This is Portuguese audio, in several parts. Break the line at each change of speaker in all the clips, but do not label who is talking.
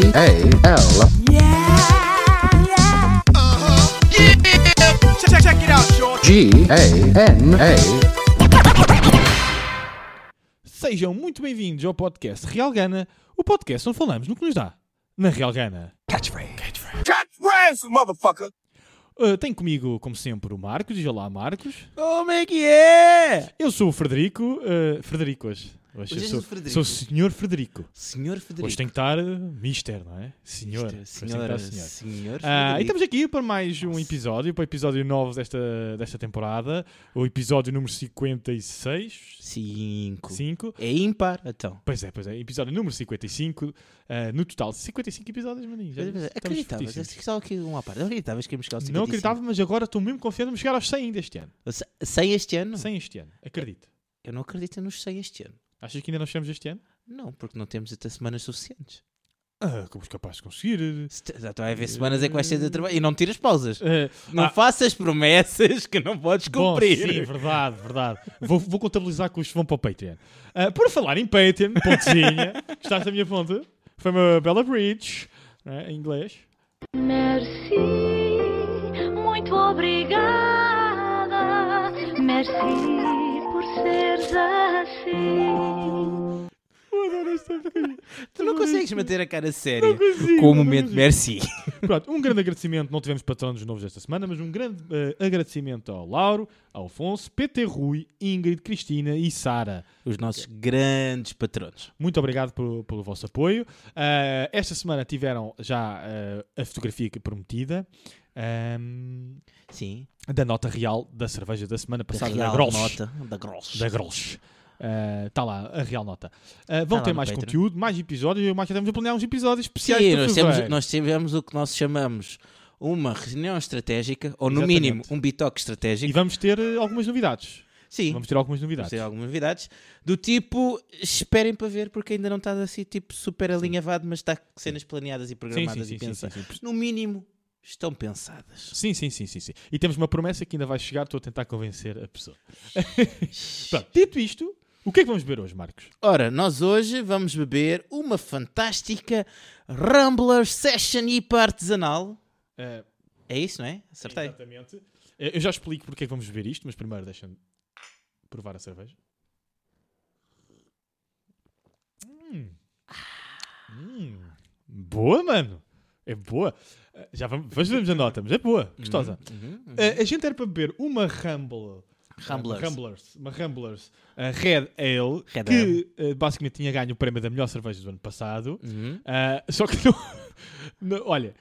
G-A-L.
Check, check it out, short.
G-A-N-A.
Sejam muito bem-vindos ao podcast Real Gana, o podcast onde falamos no que nos dá na Real Gana.
Rest, motherfucker.
Uh, tem comigo, como sempre, o Marcos. Diz olá, Marcos.
Como é que é?
Eu sou o Frederico. uh, Frederico hoje.
Hoje
Hoje, eu
és
sou,
o Frederico.
sou o senhor Frederico.
Senhor Frederico.
Hoje tem que estar uh, mister, não é?
Senhora,
Senhor. Hoje tem que estar
senhora,
senhor.
senhor
Ah, e
Frederico.
estamos aqui para mais um episódio, para o episódio 9 desta, desta temporada, o episódio número 56,
Cinco.
5.
É ímpar, então.
Pois é, pois é, episódio número 55, ah, no total 55 episódios, maninho. já estamos
é, Acreditavas,
fortíssimos.
estava aqui uma parte. Não acreditavas que íamos chegar aos 55.
Não acreditava, mas agora estou mesmo confiante em chegar aos 100 ainda este ano.
Se- 100 este ano?
100 este ano, acredito.
Eu não acredito nos 100 este ano.
Achas que ainda não chegamos este ano?
Não, porque não temos até semanas suficientes.
Ah, como capaz de conseguir.
Se te- Já vai haver semanas em que vais ter de trabalho. E não tiras pausas.
Ah,
Não
Hum. ah,
faças promessas que não podes
bom,
cumprir.
sim, verdade, verdade. Vou, vou contabilizar com os que vão para o Patreon. Ah, por falar em Patreon, pontezinha. Gostaste da minha ponte? Foi uma bela bridge, né, em inglês.
Merci, muito obrigada. Merci por seres assim.
Eu adoro esta bocadinha.
tu não
Adoro
consegues
isto.
manter a cara séria
consigo,
com o
não
momento
consigo.
merci.
Pronto, um grande agradecimento. Não tivemos patronos novos esta semana, mas um grande eh, agradecimento ao Lauro, ao Alfonso, PT Rui, Ingrid, Cristina e Sara.
Os nossos grandes patronos.
Muito obrigado pelo, pelo vosso apoio. Ah, esta semana tiveram já ah, a fotografia que prometida ahm,
Sim.
da nota real da cerveja da semana passada,
real
da Grols.
nota da Gross.
Da Grols. Está lá a real nota. Ah, vão
Tá lá
ter
no
mais
Patreon.
conteúdo, mais episódios. Eu mais já estamos a planear uns episódios especiais.
Sim,
para
nós temos,
fevereiro.
nós tivemos o que nós chamamos uma reunião estratégica, ou no
Exatamente.
mínimo um bitoque
E
estratégico.
vamos ter ah, algumas novidades.
Sim,
Vamos ter algumas
vamos
novidades.
ter algumas novidades. Do tipo, esperem para ver, porque ainda não está assim, tipo, super alinhavado, mas está com cenas planeadas e
Sim,
programadas
sim, sim,
e
sim, sim,
pensadas.
sim.
No mínimo, estão pensadas.
Sim, sim, sim, sim, sim. E temos uma promessa que ainda vai chegar, estou a tentar convencer a pessoa. Pronto, dito isto, o que é que vamos ver hoje, Marcos?
Ora, nós hoje vamos beber uma fantástica Rambler Session IPA artesanal.
Eh,
É isso, não é? Acertei.
Exatamente. Eh, Eu já explico porque é que vamos beber isto, mas primeiro deixa-me provar a cerveja. Hum. Hum. Boa, mano. É boa. Eh, Já vamos, depois vemos a nota, mas é boa. Gostosa.
Uhum.
Eh, a gente era para beber uma Rumble.
Ramblers.
Ramblers, uma Ramblers eh, Red Ale,
Red
que eh, basicamente tinha ganho o prémio da melhor cerveja do ano passado.
Uhum.
Ah, só que não, não- Olha,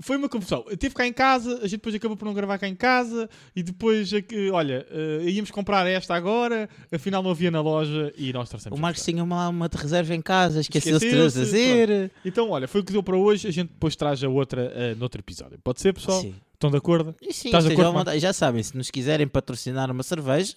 foi uma confusão. Eu tive cá em casa, a gente depois acabou por não gravar cá em casa e depois, é que, olha, ah, íamos comprar esta agora, afinal não havia na loja e nós trouxemos.
O Marcos
esta.
tinha uma, uma de reserva em casa, esqueceu-se de
Esqueceu-se,
trazer.
Então, olha, foi o que deu para hoje, a gente depois traz a outra ah, noutro episódio. Pode ser, pessoal?
Sim.
Estão de acordo?
E sim,
Estás
estejam à
de acordo, Marcos?
vontade. Já sabem, se nos quiserem patrocinar uma cerveja,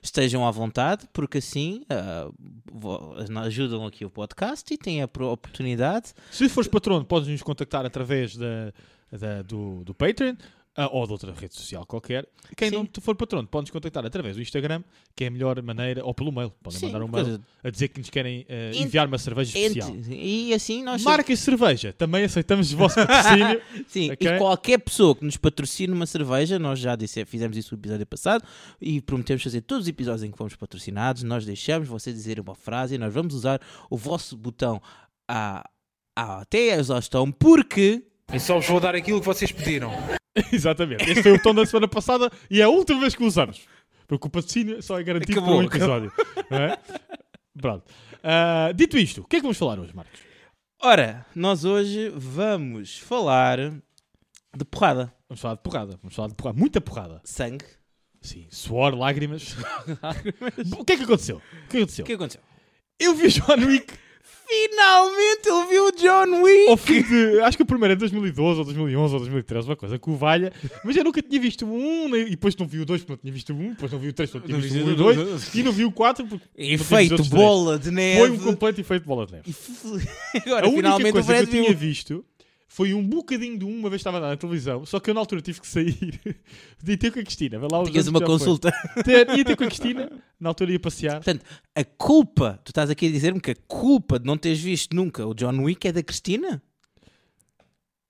estejam à vontade, porque assim ah, vo- ajudam aqui o podcast e têm a pro- oportunidade.
Se fores patrono, podes nos contactar através da, da- do, do Patreon. ah, ou de outra rede social qualquer. Quem
Sim.
não te for patrono, podes contactar através do Instagram, que é a melhor maneira, ou pelo mail. Podem
Sim,
mandar um mail.
coisa-
a dizer que nos querem eh,
Ent-
enviar uma cerveja especial.
entre- e assim nós.
Marcas de cerveja, também aceitamos o vosso patrocínio.
Sim,
ok.
E qualquer pessoa que nos patrocine uma cerveja, nós já disse, fizemos isso no episódio passado e prometemos fazer todos os episódios em que fomos patrocinados. Nós deixamos você dizer uma frase e nós vamos usar o vosso botão à, à, até a exaustão, porque.
E só vos vou dar aquilo que vocês pediram.
Exatamente. Este foi o tom da semana passada e é a última vez que o usamos. Porque o patrocínio só é garantido
Acabou,
por um episódio. não é? Pronto. Ah, dito isto, o que é que vamos falar hoje, Marcos?
Ora, nós hoje vamos falar de porrada.
Vamos falar de porrada. Vamos falar de porrada. Muita porrada.
Sangue.
Sim. Suor, lágrimas. o que é que aconteceu? O que aconteceu?
O que aconteceu?
Eu vi John Wick
Finalmente ele viu o John Wick!
ao fim de. Acho que o primeiro é 2012 ou 2011 ou 2013, uma coisa que o valha. Mas eu nunca tinha visto um, nem- e depois não vi o dois porque não tinha visto um, depois não vi o três porque não tinha visto um e dois, e não vi o quatro porque.
Efeito
Todos os outros
bola de neve.
Foi um completo efeito de bola de neve.
E f- Agora,
a única
finalmente o
coisa que eu
Fred
tinha
viu.
visto foi um bocadinho de um, uma vez estava a dar na televisão, só que eu na altura tive que sair e ter com a Cristina. vai lá os
Tinhas uma
anos já foi.
consulta.
Ter- Ia ter com a Cristina, na altura ia passear.
Portanto, a culpa, tu estás aqui a dizer-me que a culpa de não teres visto nunca o John Wick é da Cristina?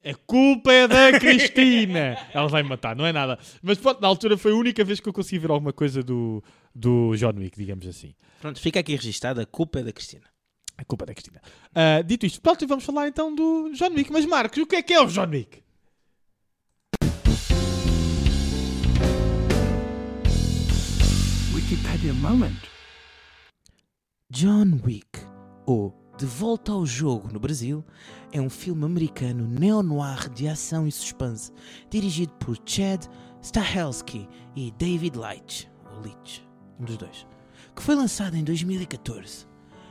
A culpa é da Cristina. Ela vai me matar, não é nada. Mas pronto, na altura foi a única vez que eu consegui ver alguma coisa do, do John Wick, digamos assim.
Pronto, fica aqui registada, a culpa é da Cristina.
A culpa é da Cristina. Ah, dito isto, pronto, e vamos falar então do John Wick. Mas Marcos, o que é que é o John Wick?
John Wick, ou De Volta ao Jogo no Brasil, é um filme americano neo-noir de ação e suspense, dirigido por Chad Stahelski e David Leitch, ou Leitch, um dos dois, que foi lançado em 2014.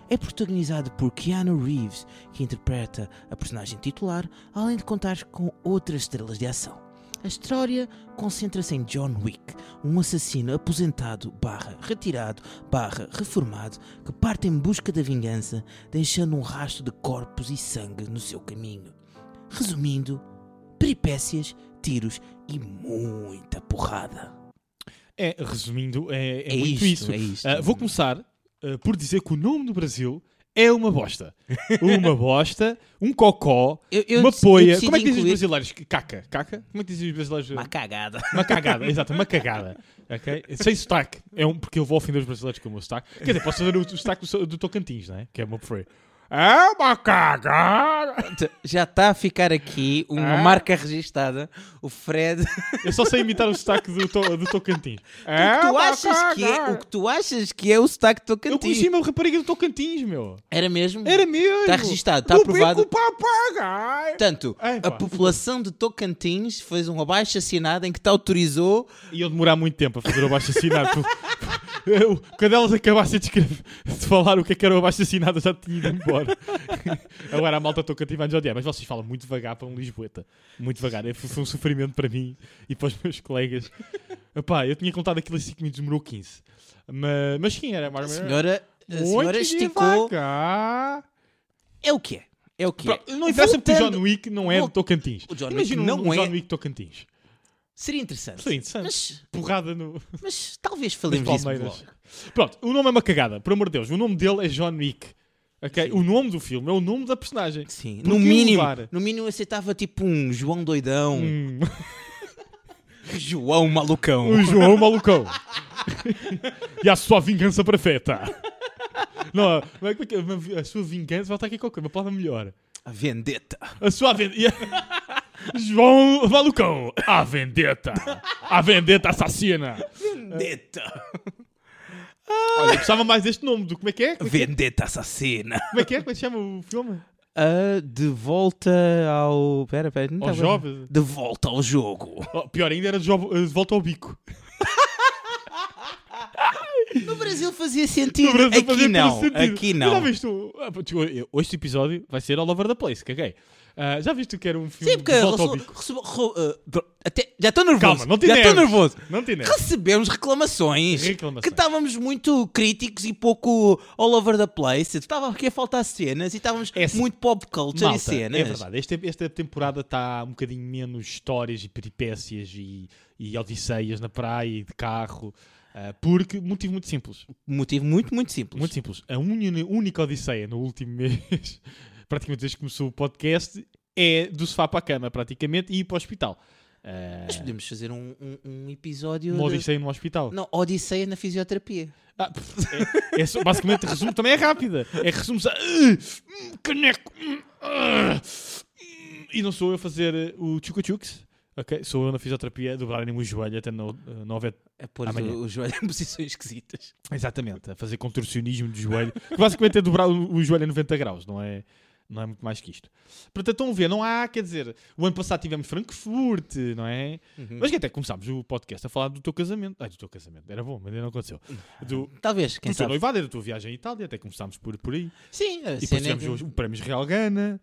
É protagonizado por Keanu Reeves, que interpreta a personagem titular, além de contar com outras estrelas de ação. A história concentra-se em John Wick, um assassino aposentado barra retirado barra reformado que parte em busca da vingança, deixando um rastro de corpos e sangue no seu caminho. Resumindo, peripécias, tiros e muita porrada.
É, resumindo, é, é
É isto,
muito isso.
é isto.
Ah, vou começar ah, por dizer que o nome do Brasil é uma bosta. uma bosta, um cocó,
Eu- eu
uma
dec- eu
poia.
decidi
Como é que dizem os
incluir-
brasileiros? Caca. Caca? Como é que dizem os brasileiros?
Uma cagada.
Uma cagada, exato, uma cagada. ok? Sem sotaque. É um, porque eu vou ofender os brasileiros com o meu sotaque. Quer dizer, posso fazer o, o sotaque do, so- do Tocantins, não é? Que é o meu preferido. É uma cagada!
Já está a ficar aqui uma
Ah.
marca registada. O Fred.
Eu só sei imitar o sotaque do, to, do Tocantins.
o,
É
que tu
uma
achas que é, o
cagada!
que tu achas que é o sotaque do
Eu
Tocantins?
conheci uma rapariga do Tocantins, meu.
Era mesmo?
Era mesmo.
Está registado, está
O
aprovado.
bico papagaio.
Portanto,
Ai,
a
pá.
população de Tocantins fez um abaixo assinado em que te autorizou.
E eu demorar muito tempo a fazer o abaixo assinado. Quando elas acabassem de, escrever- de falar o que é que era o abaixo assinado, eu já tinha ido embora. Agora a malta estou cativa a odiar, mas vocês falam muito devagar para um Lisboeta. Muito devagar. É- Foi um sofrimento para mim e para os meus colegas. Epá, eu tinha contado aquilo em 5 minutos, demorou 15. Mas, mas sim, era
A
mais
senhora, a senhora
É Muito
esticou.
devagar.
É o que é. É o que é.
Pronto, Não interessa porque o
Voltando-
John Wick não é de
Vol-
Tocantins.
O John Wick
Imagina um-
não
um
é-
John Wick de Tocantins.
Seria interessante.
Seria interessante.
Mas,
Porrada no.
mas talvez
Nas
falemos disso
Palmeiras.
logo.
Pronto, o nome é uma cagada, por amor de Deus. O nome dele é John Wick. ok?
Sim.
O nome do filme é o nome da personagem.
Sim,
Por
no
que
mínimo,
levar?
no mínimo aceitava tipo um João doidão,
Hum,
João malucão.
o João Malucão. e a sua vingança perfeita. Não, mas como é que é? Uma vi- a sua vingança vai estar aqui qualquer, uma palavra melhor.
A vendetta.
A sua vendetta. João Malucão, a vendetta. A vendetta assassina. É.
Vendetta.
Olha, eu gostava mais deste nome do como é que é? Como é que é?
Vendetta assassina.
Como é que é? Como é que se chama o filme?
de volta ao. Pera, pera. Não
Aos
tá bem.
jovens.
De volta ao jogo.
Oh, pior ainda era de Jo- de volta ao bico.
No Brasil fazia
No
sentido.
Brasil fazia
Aqui
todo
não.
sentido.
Aqui
Mas Já
não.
viste o... ah, pá, desculpa, eu- Este episódio vai ser all over the place, caguei. Ah, já viste o que era um filme
Sim, porque
de volta ao
recebo-
bico?
recebo- ro- eh, dro- até- já estou nervoso.
Calma, não te
Já estou
enerves.
nervoso.
Não te enerves.
Recebemos reclamações,
Reclamações.
que estávamos muito críticos e pouco all over the place. Estava aqui a faltar cenas e estávamos
É assim,
muito pop culture
Malta,
e cenas.
é verdade. Esta, esta temporada está um bocadinho menos histórias e peripécias e, e odisseias na praia e de carro. ah, porque, motivo muito simples.
Um Motivo muito, muito simples.
Muito simples. A uni- única odisseia no último mês, praticamente desde que começou o podcast, é do sofá para a cama, praticamente, e ir para o hospital. Ah,
Mas podemos fazer um, um- um episódio.
uma
de-
odisseia no hospital.
Não, Odisseia na fisioterapia.
Ah, pff, é, é só- basicamente resumo também é rápida. É resumo só. "Ugh, hum, caneco. hum, ah, hum", e não sou eu a fazer eh, o Chuca Chuks. Ok? Sou eu na fisioterapia a dobrarem o joelho até no, eh, no vet-
É pôr
Amanhã.
o, o joelho em posições esquisitas.
Exatamente, a fazer contorcionismo do joelho. Que basicamente é dobrar o, o joelho a 90 graus, não é, não é muito mais que isto. Portanto, estão a ver, não há, quer dizer, o ano passado tivemos Frankfurt, não é? Mas que até começámos o podcast a falar do teu casamento. Ai, do teu casamento, era bom, mas ainda não aconteceu. Do,
Talvez, quem
do teu
sabe.
noivado, e da tua viagem à Itália, até começámos por, por aí.
Sim, a
E depois
cena é
tivemos um-
de-
o, o Prémios Real Gana.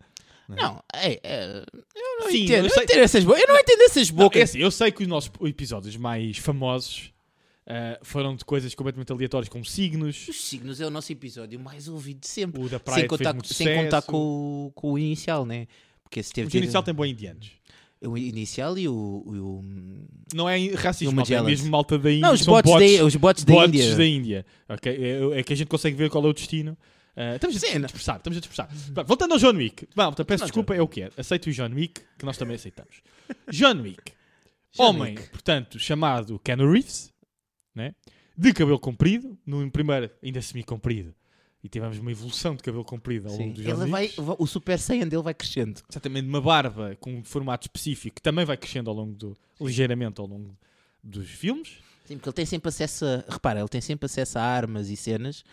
Não, é, é, eu não
Sim,
entendo.
eu
Eu,
sei-
entendo essas bo- eu não entendo essas
Não, é
bocas.
assim, eu sei que os nossos episódios mais famosos ah, foram de coisas completamente aleatórias, como signos.
Os signos é o nosso episódio mais ouvido de sempre.
O da praia
Sem
que fez
contar,
muito
sem contar
sucesso.
com, o- com o inicial, né? Porque esse teve.
Porque o inicial tem bom indianos.
O inicial e o. e o-
Não é racismo,
E o
malta, é
Magellan.
mesmo malta da Índia.
Não, os
são
bots,
bots,
da, os bots da
bots
Índia.
da Índia. Ok? É, é que a gente consegue ver qual é o destino. Ah, estamos a
Sim, não.
dispersar, estamos a dispersar. Pronto, voltando ao John Wick. Malta, peço
Não,
desculpa,
John
é o que é. Aceito o John Wick, que nós também aceitamos. John Wick.
John
homem,
Wick.
portanto, chamado Ken Reeves, né? de cabelo comprido, no primeiro ainda semi-comprido. E tivemos uma evolução de cabelo comprido ao
Sim.
longo dos John
Ele vai,
Wicks.
o Super Saiyan dele vai crescendo.
Exatamente, uma barba com um formato específico que também vai crescendo ao longo do. ligeiramente ao longo dos filmes.
Sim, porque ele tem sempre acesso a. Repara, ele tem sempre acesso a armas e cenas,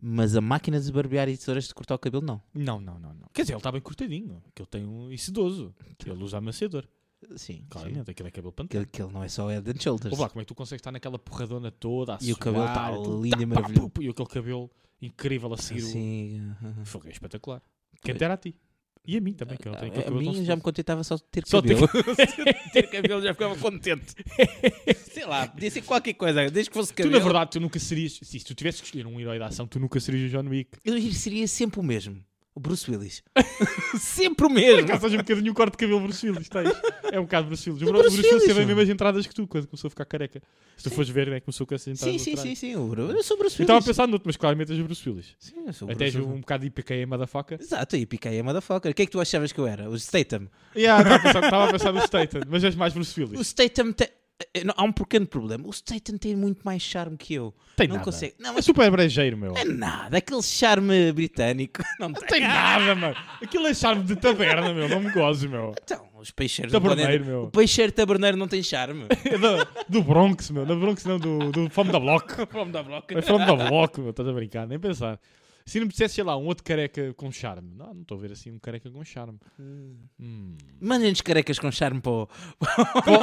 mas a máquina de barbear e tesouras de cortar o cabelo não.
Não, não, não, não. Quer dizer, ele está bem cortadinho, que ele tem um icedoso. Ele usa amaciador,
Sim. sim.
claramente, aquele é cabelo
Que,
pantano.
ele- que ele não é só Head and Shoulders.
Ô, Blá, como é que tu consegues estar naquela porradona toda a
E o cabelo
suar,
tá
tudo,
lindo e
tá, pá,
maravilhoso.
pu, pu, E aquele cabelo incrível a seguir. Sim.
Sim. aham.
Foi é espetacular. Quem dera a ti. E a mim também, que eu não tenho aquele
Ah, A
cabelo tão
mim já me
sedoso.
contentava só de ter
Só ter
cabelo. ter cabelo já ficava contente. Sei lá, podia ser qualquer coisa, desde que fosse
Tu,
cabelo.
na verdade, tu nunca serias... Se tu tivesses que escolher um herói da ação, tu nunca serias o John Wick.
Eu seria sempre o mesmo. O Bruce Willis. sempre o mesmo.
Cá estás um bocadinho o corte de cabelo Bruce Willis, tens. É um bocado Bruce Willis. O Bruce,
Bruce
Willis
Willis,
teve as
mano.
mesmas entradas que tu, quando começou a ficar careca. Se tu fores ver, né, começou com essas
Sim,
entradas
sim, sim,
laterais.
sim. o Bru- Eu sou o Bruce
Eu
Willis.
estava a pensar noutro, mas claramente és o Bruce Willis.
Sim, eu sou o
Então, Até és
Bruce Willis.
um bocado de IPK em motherfucker.
Exato, e piquei a motherfucker. O que é que tu achavas que eu era? O Statham.
Yeah, estava a pensar- estava a pensar no Statham, mas és mais Bruce Willis.
O Statham tem... eh, não, Há um pequeno problema. O Statham tem muito mais charme que eu.
Tem
não
nada.
consegue. Não,
É
mas
super brejeiro, meu.
é nada. Aquele charme britânico. Não tem.
Não tem nada, mano. Aquilo é charme de taberna, meu. Não me gozo, meu.
Então, os peixeiros...
Taberneiro,
não
meu.
podem... O peixeiro taberneiro não tem charme.
É da- do Bronx, meu. Da Bronx não, do, do Fome da Block.
From da bloca.
É Fome da Block, meu. Estás a brincar, nem pensar. Se não me dissesse, sei lá, um outro careca com charme. Não, não estou a ver assim um careca com charme. Hum.
Mandem-nos carecas com charme para o...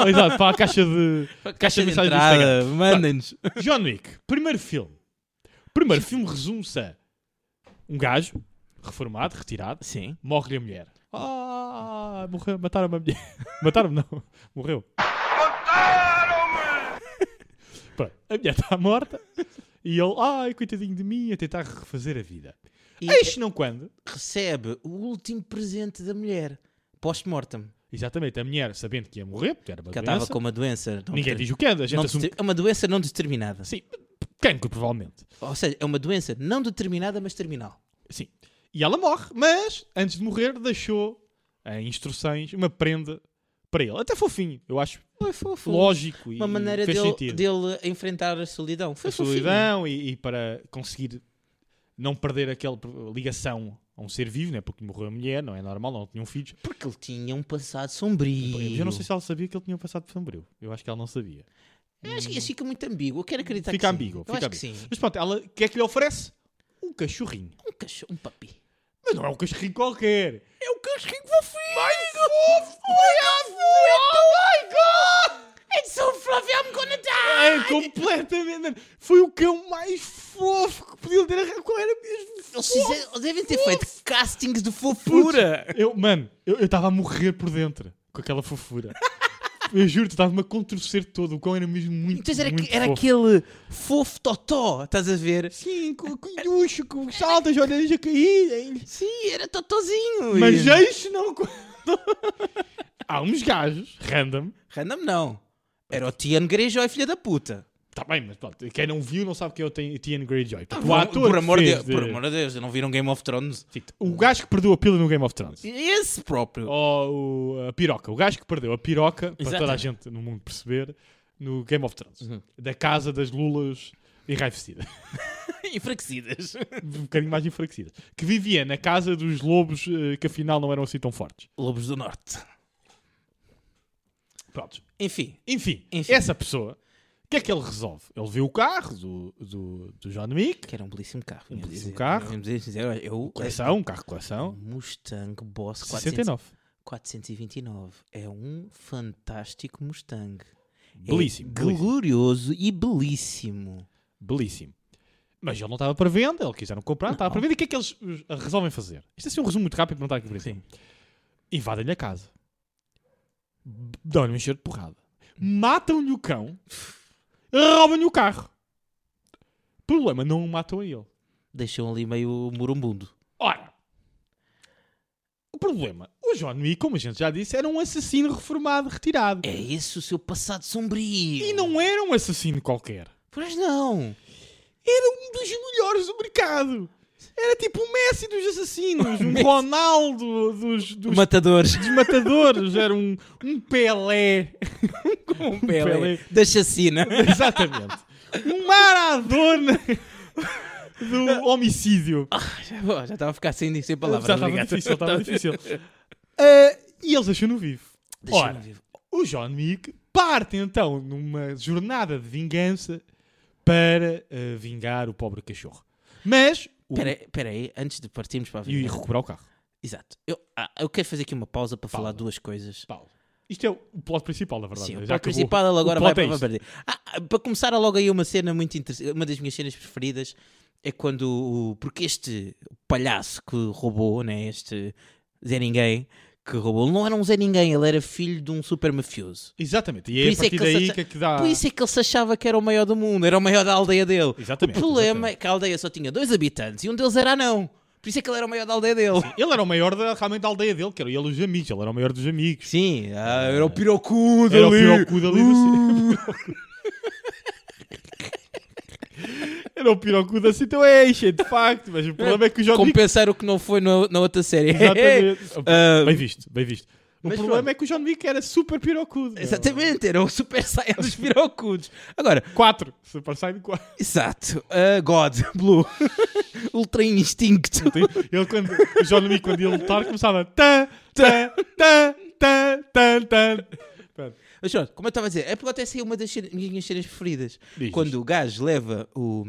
Oh, exato, para a caixa de...
Caixa,
de mensagem do
entrada. Mandem-nos.
John Wick, primeiro filme. Primeiro filme resume-se a um gajo, reformado, retirado,
Sim.
morre-lhe a mulher. Ah, morreu, mataram-me a mulher. mataram-me não, morreu. Mataram-me! Pronto, a mulher está morta e ele, ai, coitadinho de mim, a tentar refazer a vida.
E
Eis não quando.
recebe o último presente da mulher. Post-mortem.
Exatamente, a mulher, sabendo que ia morrer, porque era uma
Que ela estava
doença,
com uma doença. não
ninguém
ter-
diz o que é, a gente
não
assume...
deter- É uma doença não determinada.
Sim, cancro provavelmente.
Ou seja, é uma doença não determinada, mas terminal.
Sim. E ela morre, mas antes de morrer deixou em instruções uma prenda para ele. Até fofinho, eu acho
Foi fofo.
lógico e
é Uma maneira
fez
dele,
sentido.
dele enfrentar a solidão. Foi
a
fofinho.
solidão e, e para conseguir não perder aquela ligação a um ser vivo, né? porque morreu a mulher, não é normal, não tinham filhos.
Porque ele tinha um passado
Eu
sombrio.
já não sei se ela sabia que ele tinha passado por sombrio. Eu acho que ela não sabia.
Eu acho que isso fica muito ambíguo. Eu quero acreditar
fica
que sim.
ambíguo.
Eu acho
Fica ambíguo.
que sim.
Mas pronto, ela o que é que lhe oferece? Um cachorrinho.
Um cachorro, um papi.
Mas não é um cachorrinho qualquer.
É um cachorrinho fofinho.
Mais fofo! Oh my god!
It's so fluffy, I'm gonna die.
É completamente. mano. Foi o cão mais fofo que podiam ter arranjado. Qual era mesmo?
Eles fizeram- eles devem ter feito castings de fofura.
Eu, mano, eu estava a morrer por dentro com aquela fofura. Eu juro, estava-me a contorcer todo. O cão era mesmo muito.
Então era,
muito
que- era
fofo.
aquele fofo totó, estás a ver?
Sim, com com luxo,
É,
com saltas, olhas a cair.
Sim, era totozinho.
Mas
E-
eis não. quando- Há uns gajos, random.
Random não. Era o Tian Greyjoy, filha da puta.
Tá bem, mas pronto. Quem não viu não sabe quem é o Ti- Tian Greyjoy. Portanto, O
Ah, Por-
ator.
por,
que
amor
fez
de, por amor de Deus, não viram Game of Thrones?
Sim, O gajo que perdeu a pila no Game of Thrones.
Esse próprio.
Oh. ou o- a piroca. O gajo que perdeu a piroca, para
Exatamente. Uhum.
toda a gente no mundo perceber, no Game of Thrones. Da casa das lulas enraivecida.
Enfraquecidas.
um bocadinho mais enfraquecida. Que vivia na casa dos lobos eh, que afinal não eram assim tão fortes.
Lobos do Norte.
Prontos.
Enfim.
Enfim,
Enfim.
essa pessoa, o que é que ele resolve? Ele vê o carro do, do, do John Wick,
Que era um belíssimo carro. Um
belíssimo carro.
Eu, é
coleção, um carro de coleção,
Mustang Boss 400,
69.
429. É um fantástico Mustang.
Belíssimo,
É
belíssimo.
glorioso e belíssimo.
Belíssimo. Mas ele não estava para venda, ele quiseram comprar, estava para venda. E o que é que eles uh, resolvem fazer? Isto é assim um resumo muito rápido, não está aqui por exemplo. Invadem-lhe a casa. B- Dão-lhe um encher de porrada. Matam-lhe o cão. Roubam-lhe o carro. Problema, não o matam a ele.
Deixam ali meio murumbundo.
Ora, o problema, o John Wick, como a gente já disse, era um assassino reformado, retirado.
É esse o seu passado sombrio.
E não era um assassino qualquer.
Pois não.
Era um dos melhores do mercado. Era tipo o Messi dos assassinos, um Ronaldo dos, dos,
Matadores.
dos matadores, era um, um Pelé. um
Pelé. Da
assim, né?
chacina.
Exatamente. Um Maradona do homicídio.
Bom, já estava a ficar sem, sem palavras.
Ah, Já estava
obrigado.
difícil, estava difícil. Ah, e eles acham no vivo.
Deixa-me
Ora.
vivo.
O John Wick parte então numa jornada de vingança para ah, vingar o pobre cachorro. Mas. o-
Espera aí- espera aí, antes de partirmos para a
E
vingança.
recuperar o carro.
Exato. Eu, ah, eu quero fazer aqui uma pausa para falar
Pausa.
duas coisas.
Paulo. Isto é o plot principal, na verdade.
Sim, o
né? Já
plot
acabou.
principal ele
O
agora vai para
plot é
vai
isto.
perder. Ah, ah, para começar há logo aí uma cena muito interessante, uma das minhas cenas preferidas é quando o porque este palhaço que roubou, né, este Zé Ninguém que roubou, ele não era um Zé Ninguém, ele era filho de um super mafioso.
Exatamente. E
Por
é a
isso é que
partir
ele
daí
se-
que, é que dá.
Por isso é que ele se achava que era o maior do mundo, era o maior da aldeia dele.
Exatamente,
o problema
exatamente.
é que a aldeia só tinha dois habitantes e um deles era anão. Por isso é que ele era o maior da aldeia dele.
Ele era o maior da, realmente da aldeia dele, que era ele e os amigos. Ele era o maior dos amigos.
Sim, ah, era o pirocudo
Era o
ali.
pirocu dali do Era o pirocu da Então Situation, de facto. Mas o problema é que o John Wick.
Compensar o que não foi na, na outra série.
Exatamente.
Ah,
Bem visto, bem visto. O
Mas
problema
pronto.
é que o John Wick era super pirocudo.
É, Exatamente, era o Super Saiyan dos pirocudos. Agora,
4. Super Saiyan 4.
exato, uh, God, Blue, Ultra Instinct.
Ele, quando, o John Wick, quando ia lutar, começava. Tã, tã, tã, tã, tã, tã. Pronto.
Mas pronto, como eu estava a dizer, é porque até saiu uma das cen- minhas cenas preferidas.
Diz,
Quando
diz.
o gajo leva o,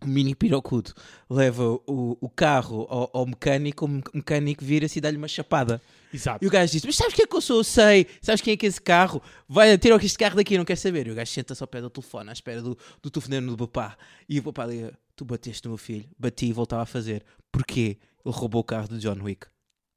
o mini pirocudo, leva o, o carro ao, ao mecânico, o me- mecânico vira-se e dá-lhe uma chapada.
Exato.
E o gajo diz: Mas sabes quem é que eu sou? Eu sei, sabes quem é que é esse carro? Vai, tira este carro daqui, não quer saber. E o gajo senta-se ao pé do telefone, à espera do, do telefonema do papá. E o papá liga: Tu bateste no meu filho, bati e voltava a fazer. Porquê? Ele roubou o carro do John Wick.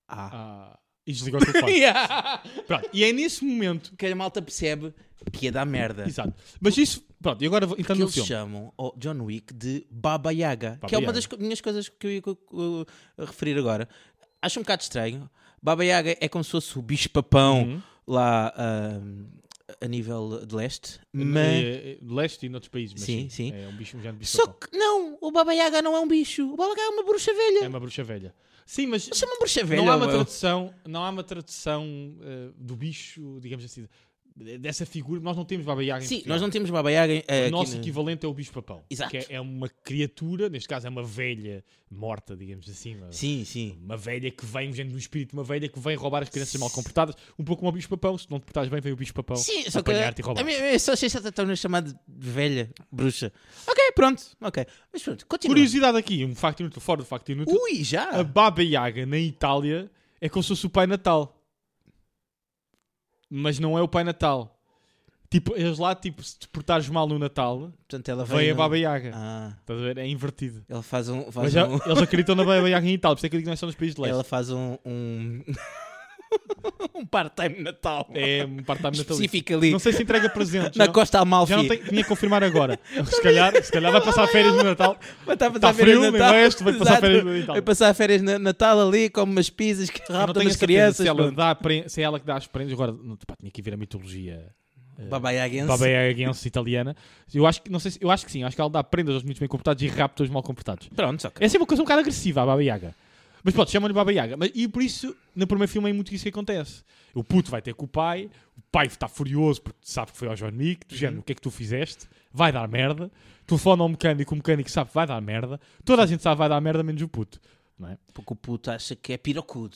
Ah.
Ah, e desligou o telefone.
Yeah.
Pronto. E é nesse momento
Que a malta percebe que ia dar merda.
Exato. Mas isso. Pronto, e agora vou- entrando
Que
no
eles
filme.
chamam ao John Wick de Baba Yaga, que é uma
Yaga.
das co- minhas coisas que eu ia co- co- referir agora. Acho um bocado estranho. Baba Yaga é como se fosse o bicho-papão
Uhum. Hum?
lá ahm, a nível de leste, mas.
É, é, leste e noutros países. Mas
Sim,
sim,
sim.
É um bicho, um género de bicho.
Só que não, o Baba Yaga não é um bicho. O Baba Yaga é uma bruxa velha.
É uma bruxa velha. Sim, mas.
Mas chama bruxa velha.
Não há, uma
meu.
tradução, não há uma tradução eh, do bicho, digamos assim, dessa figura. Nós não temos Baba Yaga em
Sim,
Portugal.
nós não temos Baba Yaga. eh,
O
aqui
nosso
na-
equivalente é o bicho-papão.
Exato.
Que é, é uma criatura, neste caso é uma velha morta, digamos assim. Uma,
Sim, sim.
uma velha que vem, um género de um espírito, de uma velha que vem roubar as crianças mal comportadas. Um pouco como o bicho-papão. Se não te portares bem, vem o bicho-papão
Sim, só que.
Então, apanhar-te e roubar.
A mim- eu só achei essa tão chamada de velha bruxa. Ok, pronto. Ok. Mas pronto, continua.
Curiosidade aqui, um facto inútil, fora do facto inútil.
Ui, já.
A Baba Yaga na Itália é como se fosse o Pai Natal. Mas não é o Pai Natal. Tipo, eles lá, tipo, se te portares mal no Natal,
Portanto, ela
vem a
no-
Baba Yaga.
Ah,
Estás a ver? É invertido.
ela faz um.
Mas
Faz
já-
um
eles acreditam na Baba Yaga em Itália, por isso é que eu digo que não é só nos países de leste.
ela faz um. Um, um part-time Natal.
É um part-time natalício.
Específico ali.
Não sei se entrega presente.
Na Costa Amalfi.
já não tenho, tinha que confirmar agora. Se calhar, se calhar vai passar férias no Natal.
Mas Está a
Está
passar férias de
frio, nem
Natal.
leste, vai passar
Exato.
férias no Natal.
Vai passar férias de Natal ali, come umas pizzas que
Eu não
rapta
tenho
umas
as
crianças.
se, ela
pronto.
dá, pre- se é ela que dá as prendas. Agora, não- pá, tinha que ver a mitologia É.
Baba Yaga. é um
Baba Yagaense italiana. Eu acho que, não sei se, eu acho que sim, acho que ela dá prendas aos muito bem comportados e rapta os mal comportados.
Pronto, ok.
É sempre uma coisa um bocado agressiva a Baba Yaga. Mas pronto, chama-lhe Baba Yaga. Mas, e por isso, no primeiro filme é muito isso que acontece. O puto vai ter com o pai, o pai está furioso porque sabe que foi ao John Wick, do género, o que é que tu fizeste? Vai dar merda. Telefona ao mecânico, o mecânico sabe que vai dar merda. Toda a gente sabe que vai dar merda, menos o puto. Não é?
Porque o puto acha que é pirocudo.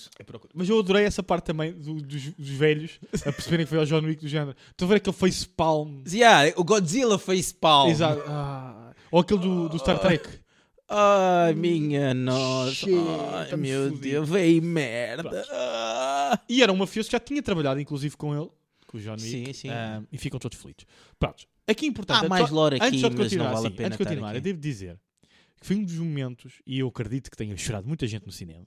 Mas eu adorei essa parte também do- dos, dos velhos a perceberem que foi ao John Wick do género. Estou a ver aquele face palm
Yeah, o Godzilla fez pau.
Exato. Ah. Ou aquele do, do Star Trek.
Ai, minha nossa.
Shit,
Ai,
tá-me
meu
fudido.
Deus, veio merda. Ah.
E era um mafioso que já tinha trabalhado, inclusive, com ele, com o John Wick.
Sim, sim.
Ah, e ficam todos felizes. Pronto. Aqui é importante.
Há
antes-
mais lore aqui,
antes só de
mas não
continuar,
vale a
sim,
pena
Antes de
estar
continuar,
aqui.
eu devo dizer que foi um dos momentos, e eu acredito que tenha chorado muita gente no cinema.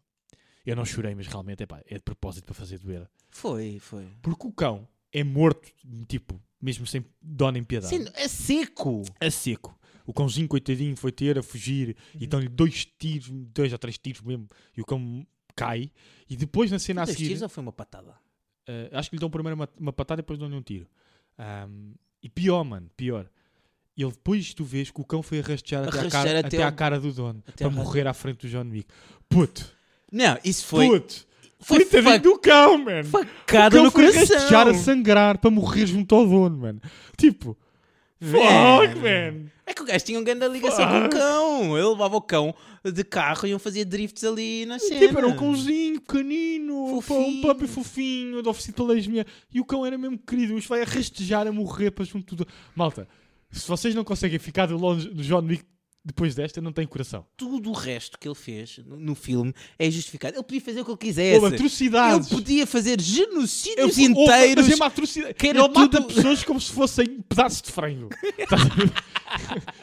Eu não chorei, mas realmente epá, é de propósito para fazer doer.
Foi, foi.
Porque o cão é morto, tipo, mesmo sem dó nem piedade.
Sim, é seco.
a seco. O cãozinho, coitadinho, foi ter a fugir
Uhum.
e dão-lhe dois tiros, dois ou três tiros mesmo, e o cão cai. E depois na cena a
Dois
seguir,
tiros ou foi uma patada?
eh, acho que lhe dão primeiro uma, uma patada e depois dão-lhe um tiro. Ahm, e pior, mano, pior. E ele depois tu vês que o cão foi arrastear até,
Arrastear
a, cara,
até
até,
ao-
à cara do dono
até
para
ao-
morrer à frente do John Wick. Puto,
Não, isso foi.
puto,
Foi
coitadinho
fa-
do cão, mano. o
facada
cão
no
foi
coração.
rastejar a sangrar para morrer junto ao dono, mano. Tipo, fuck, man.
É que o gajo tinha uma grande ligação com o cão. Ele levava o cão de carro e iam fazer drifts ali na cena.
Tipo, era um cãozinho pequenino, pá, um
Fofinho.
puppy fofinho, de oferecido pelas minhas. E o cão era mesmo querido, mas vai a rastejar a morrer para junto do. Malta, se vocês não conseguem ficar de longe do John Wick depois desta, não tem coração.
Tudo o resto que ele fez no no filme é justificado. Ele podia fazer o que ele quisesse.
Houve
ele
atrocidades.
podia fazer genocídios
Eu- ou-
inteiros.
Mas é uma atrocidade.
que
Ele
era
mata
tudo-
pessoas como se fossem pedaços de frango. Estás a ver?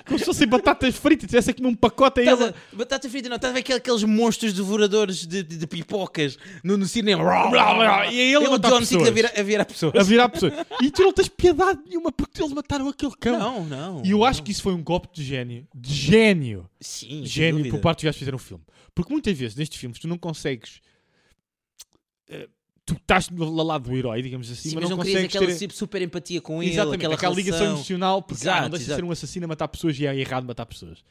como se fossem batatas fritas e tivesse aqui um pacote a
Estás
ele.
a- Batata frita, não, estás a ver aquele- aqueles monstros devoradores de, de- de pipocas no, no cinema. É
E ele a
o
matar
John Cena a
pessoas.
virar, a virar pessoas.
A virar pessoas. E tu não tens piedade nenhuma porque eles mataram aquele cão.
Não, não.
E eu acho
não.
que isso foi um golpe de gênio. De gênio.
Sim, sem
gênio por
dúvida.
parte dos gajos que fizeram o filme. Porque muitas vezes nestes filmes tu não consegues. eh, Tu estás do lado do herói, digamos assim,
Sim,
mas,
mas não querias
consegues
aquela
ter...
tipo, super empatia com ele,
Exatamente,
aquela,
ligação emocional, porque ah, não
Exato,
deixa de
exato.
ser um assassino a matar pessoas e é errado matar pessoas.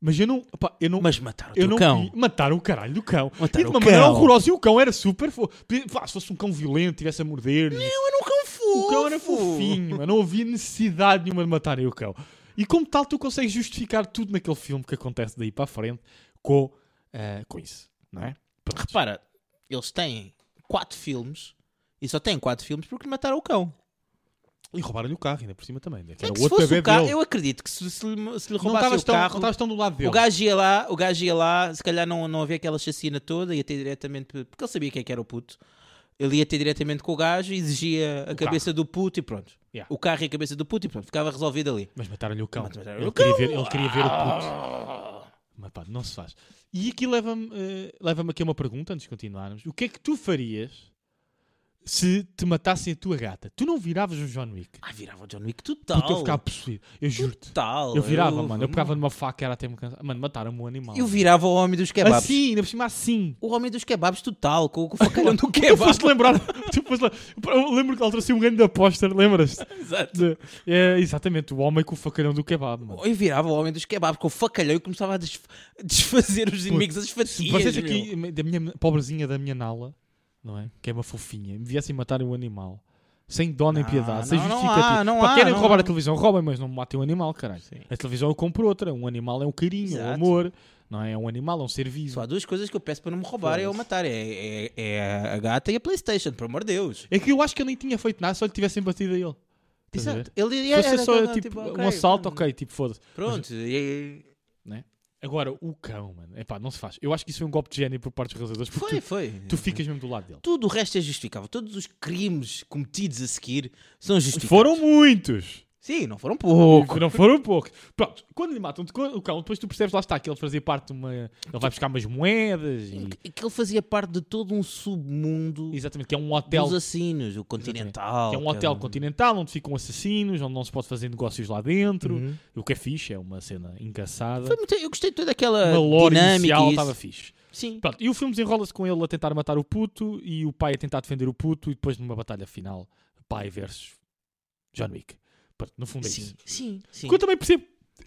Mas eu não. opá, eu não
Mas mataram
eu
o
não
cão.
vi- mataram o caralho do cão.
Mataram
e de uma
o
maneira
cão.
horrorosa. E o cão era super fofo. Podia- vá, Se fosse um cão violento, tivesse a morder. e-
Não, era um cão fofo.
o cão era fofinho, mano. não havia necessidade nenhuma de matarem o cão. E como tal, tu consegues justificar tudo naquele filme que acontece daí para a frente com, eh, com isso, não é? Pronto.
Repara, eles têm quatro filmes e só têm quatro filmes porque mataram o cão.
E roubaram-lhe o carro, ainda por cima também. né? Que
É
era
que se
o outro
fosse
bebê
o carro,
dele.
eu acredito que se, se lhe, se lhe
Não
roubasse
estavas
o
tão, não
carro,
estavas tão do lado dele.
o gajo ia lá, o gajo ia lá, se calhar não, não havia aquela chacina toda, ia ter diretamente, porque ele sabia quem é que era o puto. Ele ia ter diretamente com o gajo, exigia a
O
cabeça do puto e pronto.
Yeah.
O carro e a cabeça do puto e pronto, ficava resolvido ali.
Mas mataram-lhe o cão.
Mas mataram-lhe
Ele
o Ah.
queria, ver, ele queria ver o puto. Mas pá, não se faz. E aqui leva-me eh, leva-me aqui a uma pergunta antes de continuarmos. O que é que tu farias se te matassem a tua gata? Tu não viravas o John Wick?
Ah, virava o John Wick total.
Puta, eu ficava possuído. Eu juro-te.
Total.
Eu virava, mano. Eu pegava numa faca, era até me cansar. Mano, mataram-me um animal.
Eu virava o homem dos kebabs.
Assim, ainda por cima assim.
O homem dos kebabs total, com, com o facalhão do
Tu
kebab.
foste lembrar. Tu foste lá- eu lembro que ele trouxe um grande aposta, lembras-te?
Exato.
De- É, exatamente, o homem com o facalhão do kebab, mano.
Eu virava o homem dos kebabs com o facalhão e começava a desf- desfazer os inimigos, as
Se
fatias.
vocês
meu.
aqui, da minha pobrezinha da minha Nala, não é? Que é uma fofinha, me viessem matar um animal. Sem dó nem
Não,
piedade, sem
não, não
justificativo.
há, não
Pá,
há,
querem
não
roubar
há.
a televisão, roubem, mas não me matem um animal, caralho.
Sim.
A televisão eu compro outra. Um animal é um carinho, é um
Exato.
amor, não é? É um animal, é um ser vivo.
Só há duas coisas que eu peço para não me roubarem ou matar: é, é- é a gata e a Playstation, por amor de Deus.
É que eu acho que eu nem tinha feito nada, só lhe tivessem batido a ele.
Tá
Estás a ver?
Exato. Ele
Se
ia
fosse só tipo, um assalto, ok, tipo, foda-se.
Pronto. e-
Agora, o cão, mano, epá, não se faz. Eu acho que isso foi um golpe de gênio por parte dos realizadores,
Foi,
porque tu,
foi.
tu ficas mesmo do lado dele.
Tudo o resto é justificável. Todos os crimes cometidos a seguir são justificados.
Foram um muitos! Tipo,
Sim, não foram pouco.
Não foram poucos. Pronto, quando lhe matam de co- o cão, depois tu percebes, lá está, que ele fazia parte de uma. Ele vai buscar umas moedas e.
Que que ele fazia parte de todo um submundo
Exatamente, que é um hotel.
dos assassinos, o continental.
Que é um
que
hotel continental onde ficam assassinos, onde não se pode fazer negócios lá dentro.
Uhum.
O que é fixe, é uma cena engraçada.
Foi muito- Eu gostei de toda aquela
Uma lore
dinâmica.
inicial
e
estava
isso.
fixe.
Sim.
Pronto, e o filme desenrola-se com ele a tentar matar o puto e o pai a tentar defender o puto e depois numa batalha final, pai versus John Wick. Pronto, no fundo é
Sim,
isso.
sim, sim.
Porque eu também percebo,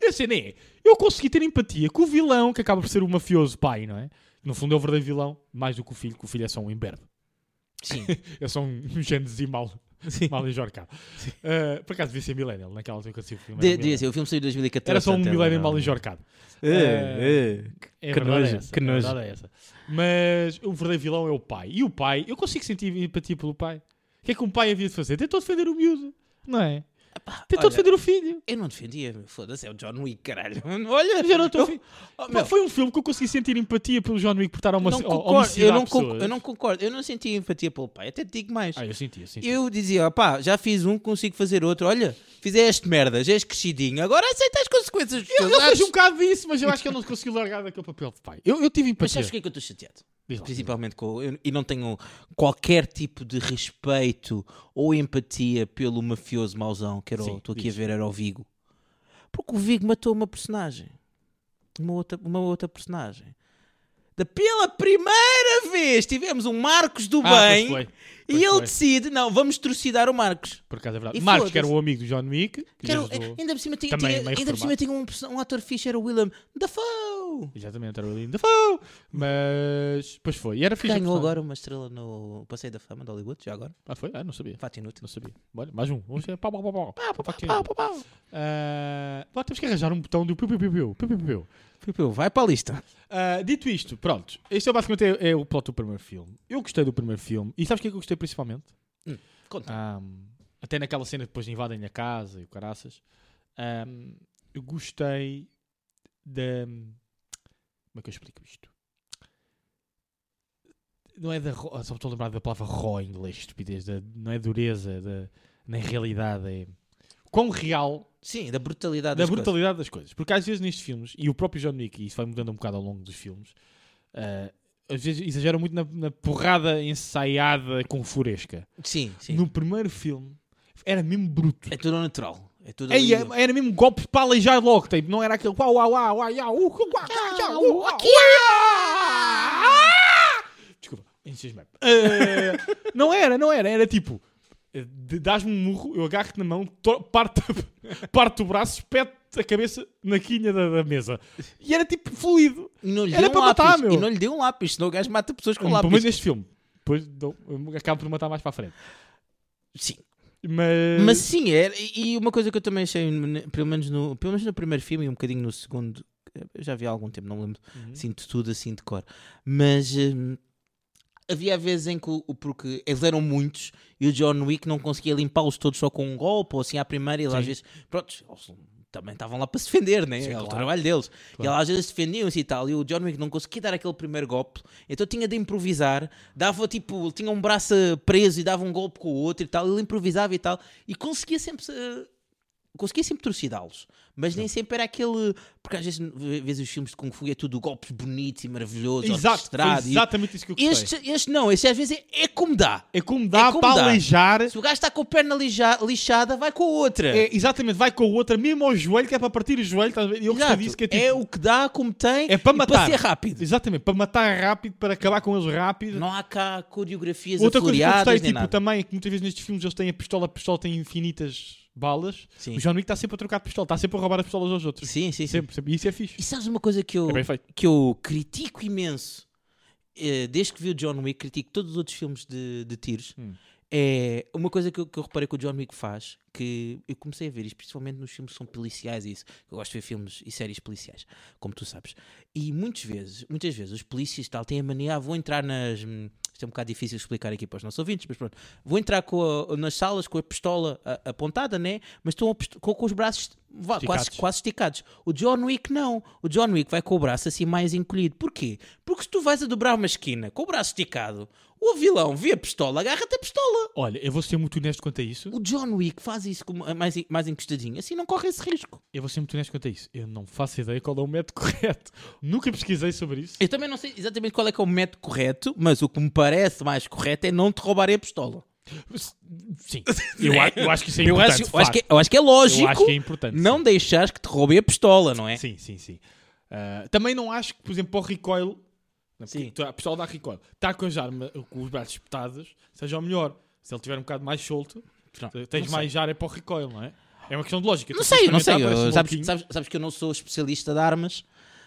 a cena é, eu consegui ter empatia com o vilão que acaba por ser o mafioso pai, não é? No fundo é o verdadeiro vilão, mais do que o filho, que o filho é só um imberbe.
Sim.
É só um um gênese mal,
Sim.
mal enjorcado. Ah, por acaso devia ser Millennial, naquela altura que eu assisti o filme. era
De-
millennial.
devia ser, o filme saiu em 2014.
Era só um
portanto,
Millennium
não-
mal enjorcado.
É, é.
É
Que
verdade
nojo,
é essa,
que
a
nojo.
verdade é essa. Mas o verdadeiro vilão é o pai. E o pai, eu consigo sentir empatia pelo pai. O que é que um pai havia de fazer? Tentou defender o miúdo, não é?
Epá,
Tentou
olha,
defender o filho.
Eu não defendia, meu. foda-se, é o John Wick, caralho. Olha,
Já não estou a
eu-
fi-
Oh,
Pá,
meu,
foi um filme que eu consegui sentir empatia pelo John Wick por estar a uma
não
ao-
concordo,
homicidar
eu, não
pessoas.
concordo, eu não concordo. Eu não senti empatia pelo pai. Até te digo mais.
Ah, eu senti, eu senti.
Eu dizia, opá, já fiz um, consigo fazer outro. Olha, fizeste merda, já és crescidinho. Agora aceita as consequências dos
Eu,
teus
eu
atos.
vejo um bocado disso, mas eu acho que ele não conseguiu largar daquele papel de pai. Eu, eu tive
Mas
empatia.
sabes o que é que eu estou chateado?
Diz lá.
Principalmente com. eu- e não tenho qualquer tipo de respeito ou empatia pelo mafioso mauzão que era o-
Sim,
estou aqui
diz.
a ver, era o Vigo. Porque o Vigo matou uma personagem. Uma outra, uma outra personagem. Da pela primeira vez tivemos um Marcos do
Ah, pois
bem
foi.
e
Pois
ele
foi.
decide, não, vamos trucidar o Marcos.
Por acaso é verdade.
E
Marcos, que era
foda-se. é-
o amigo do John Wick. que
Que era-
ajudou-
eh, ainda por cima tinha,
Também é
tinha-
meio
ainda por cima
reformado.
tinha um, perso- um ator fixe, era o Willem Dafoe.
Exatamente, era o William Dafoe. Mas. Pois foi. E era
Que
fixe. a
ganhou
personagem.
agora uma estrela no Passeio da Fama de Hollywood, já agora.
Ah, foi? Ah, não sabia.
Fato inútil.
Não sabia. Bora, mais um. Vamos ver. Pau, pau, pau, pau. Ok. Ah, lá temos que arranjar um botão do piu, piu, piu, piu, piu, piu, piu.
Piu, piu, Vai para a lista.
Ah, dito isto, pronto. Este é basicamente é, é o plot do primeiro filme. Eu gostei do primeiro filme. E sabes o que é que eu gostei principalmente?
Conta.
Ahm, até naquela cena que depois invadem a casa e o caraças. Ahm, eu gostei da. Como é que eu explico isto? Não é da. ro- Só me estou a lembrar da palavra raw em inglês, estupidez. da- não é dureza, da, nem realidade. É. Quão real
Sim, da brutalidade
da
Ah, das coisas.
brutalidade das coisas. Porque às vezes nestes filmes, e o próprio John Wick, e isso vai mudando um bocado ao longo dos filmes, ah, às vezes exagera muito na, na porrada ensaiada com furesca.
Sim, sim.
No primeiro filme, era mesmo bruto.
É tudo natural. É tudo
Ei,
ali-
era mesmo golpes para aleijar logo, tipo, não era aquele uau, uau, uau, uau, uau, uau, uau, uau, uau, uau.
é!
Desculpa, enches-me. Eh, Não era, não era, era tipo, eh, de- dás-me um murro, eu agarro-te na mão, to- parto, parto o braço, espeto a cabeça na quinha da, da mesa. E era tipo fluido.
E não lhe
Era
deu um
para
lápis.
matar, meu.
E não lhe deu um lápis, senão o gajo mata pessoas com
Pelo menos
lápis.
neste filme. Depois dou- acabo por matar mais para a frente.
Sim.
Mas,
Mas sim, era, e e uma coisa que eu também achei, ne- pelo menos, no, pelo menos no primeiro filme e um bocadinho no segundo, eu já vi há algum tempo, não me lembro,
Uhum.
sinto tudo assim de cor, mas hum, havia vezes em que, o- o- porque eles eram muitos e o John Wick não conseguia limpá-los todos só com um golpe ou assim à primeira, e ele às vezes, pronto, eles também estavam lá para se defender, né? é o trabalho deles. E eles às vezes defendiam-se e tal, e o John Wick não conseguia dar aquele primeiro golpe, então tinha de improvisar, dava tipo, ele tinha um braço eh, preso e dava um golpe com o outro e tal, ele improvisava e tal, e conseguia sempre. eh, conseguia sempre trucidá-los, mas nem sempre era aquele. Porque às vezes, v- vezes os filmes de Kung Fu é tudo golpes bonitos e maravilhosos,
exato, foi
orquestrado. e-
exatamente isso que eu gostei.
Este, este não, este às vezes é, é como dá.
É como dá
É como
para
dá.
aleijar.
Se o gajo está com a perna lija- lixada, vai com a outra.
É, exatamente, vai com a outra, mesmo ao joelho, que é para partir o joelho. estás a ver? E eu gostei
Exato.
disso, que é tipo.
É o que dá, como tem,
é para
e
matar.
ser rápido.
Exatamente, para matar rápido, para acabar com eles rápido.
Não há cá coreografias
Outra coisa que eu
afloreadas
gostei,
nem
tipo,
nada.
também, é que muitas vezes nestes filmes eles têm a pistola, a pistola tem infinitas balas.
Sim.
O John Wick está sempre a trocar de pistola, está sempre a roubar as pistolas aos outros.
Sim, sim, sim.
Sempre, sempre. E isso é fixe.
E sabes uma coisa que eu,
É bem feito.
que eu critico imenso, eh, desde que vi o John Wick, critico todos os outros filmes de, de tiros. É uma coisa que eu, que eu reparei que o John Wick faz, que eu comecei a ver isto, principalmente nos filmes que são policiais e isso. Eu gosto de ver filmes e séries policiais, como tu sabes. E muitas vezes, muitas vezes, os polícias e tal têm a mania, ah, vou entrar nas. hum, Isto é um bocado difícil de explicar aqui para os nossos ouvintes, mas pronto. Vou entrar com a- nas salas com a pistola a- apontada, né? Mas estão a pisto- com, com os braços vá, quase,
Esticados.
quase esticados. O John Wick não. O John Wick vai com o braço assim mais encolhido. Porquê? Porque se tu vais a dobrar uma esquina com o braço esticado, o vilão vê a pistola, agarra-te a pistola.
Olha, eu vou ser muito honesto quanto a isso.
O John Wick faz isso com, eh, mais, mais encostadinho, assim não corre esse risco.
Eu vou ser muito honesto quanto a isso. Eu não faço ideia qual é o método correto. Nunca pesquisei sobre isso.
Eu também não sei exatamente qual é que é o método correto, mas o que me parece mais correto é não te roubarem a pistola.
Sim, eu, a- eu acho que isso é
eu,
importante.
acho, eu acho
de
que,
facto.
eu acho que é lógico
Eu acho que é importante,
não
sim.
deixares que te roubem a pistola, não é?
Sim, sim, sim. Ah, também não acho que, por exemplo, para o recoil, né,
Sim.
tu- a pessoa dá recoil, está com as armas com os braços espetados, seja o melhor. Se ele tiver um bocado mais solto,
Não,
tens
não
mais área para o recoil, não é? É uma questão de lógica.
Não
Tu tens
sei,
de
não sei.
experimentar,
eu-
parece um
sabes,
louquinho.
sabes- sabes que eu não sou especialista de armas.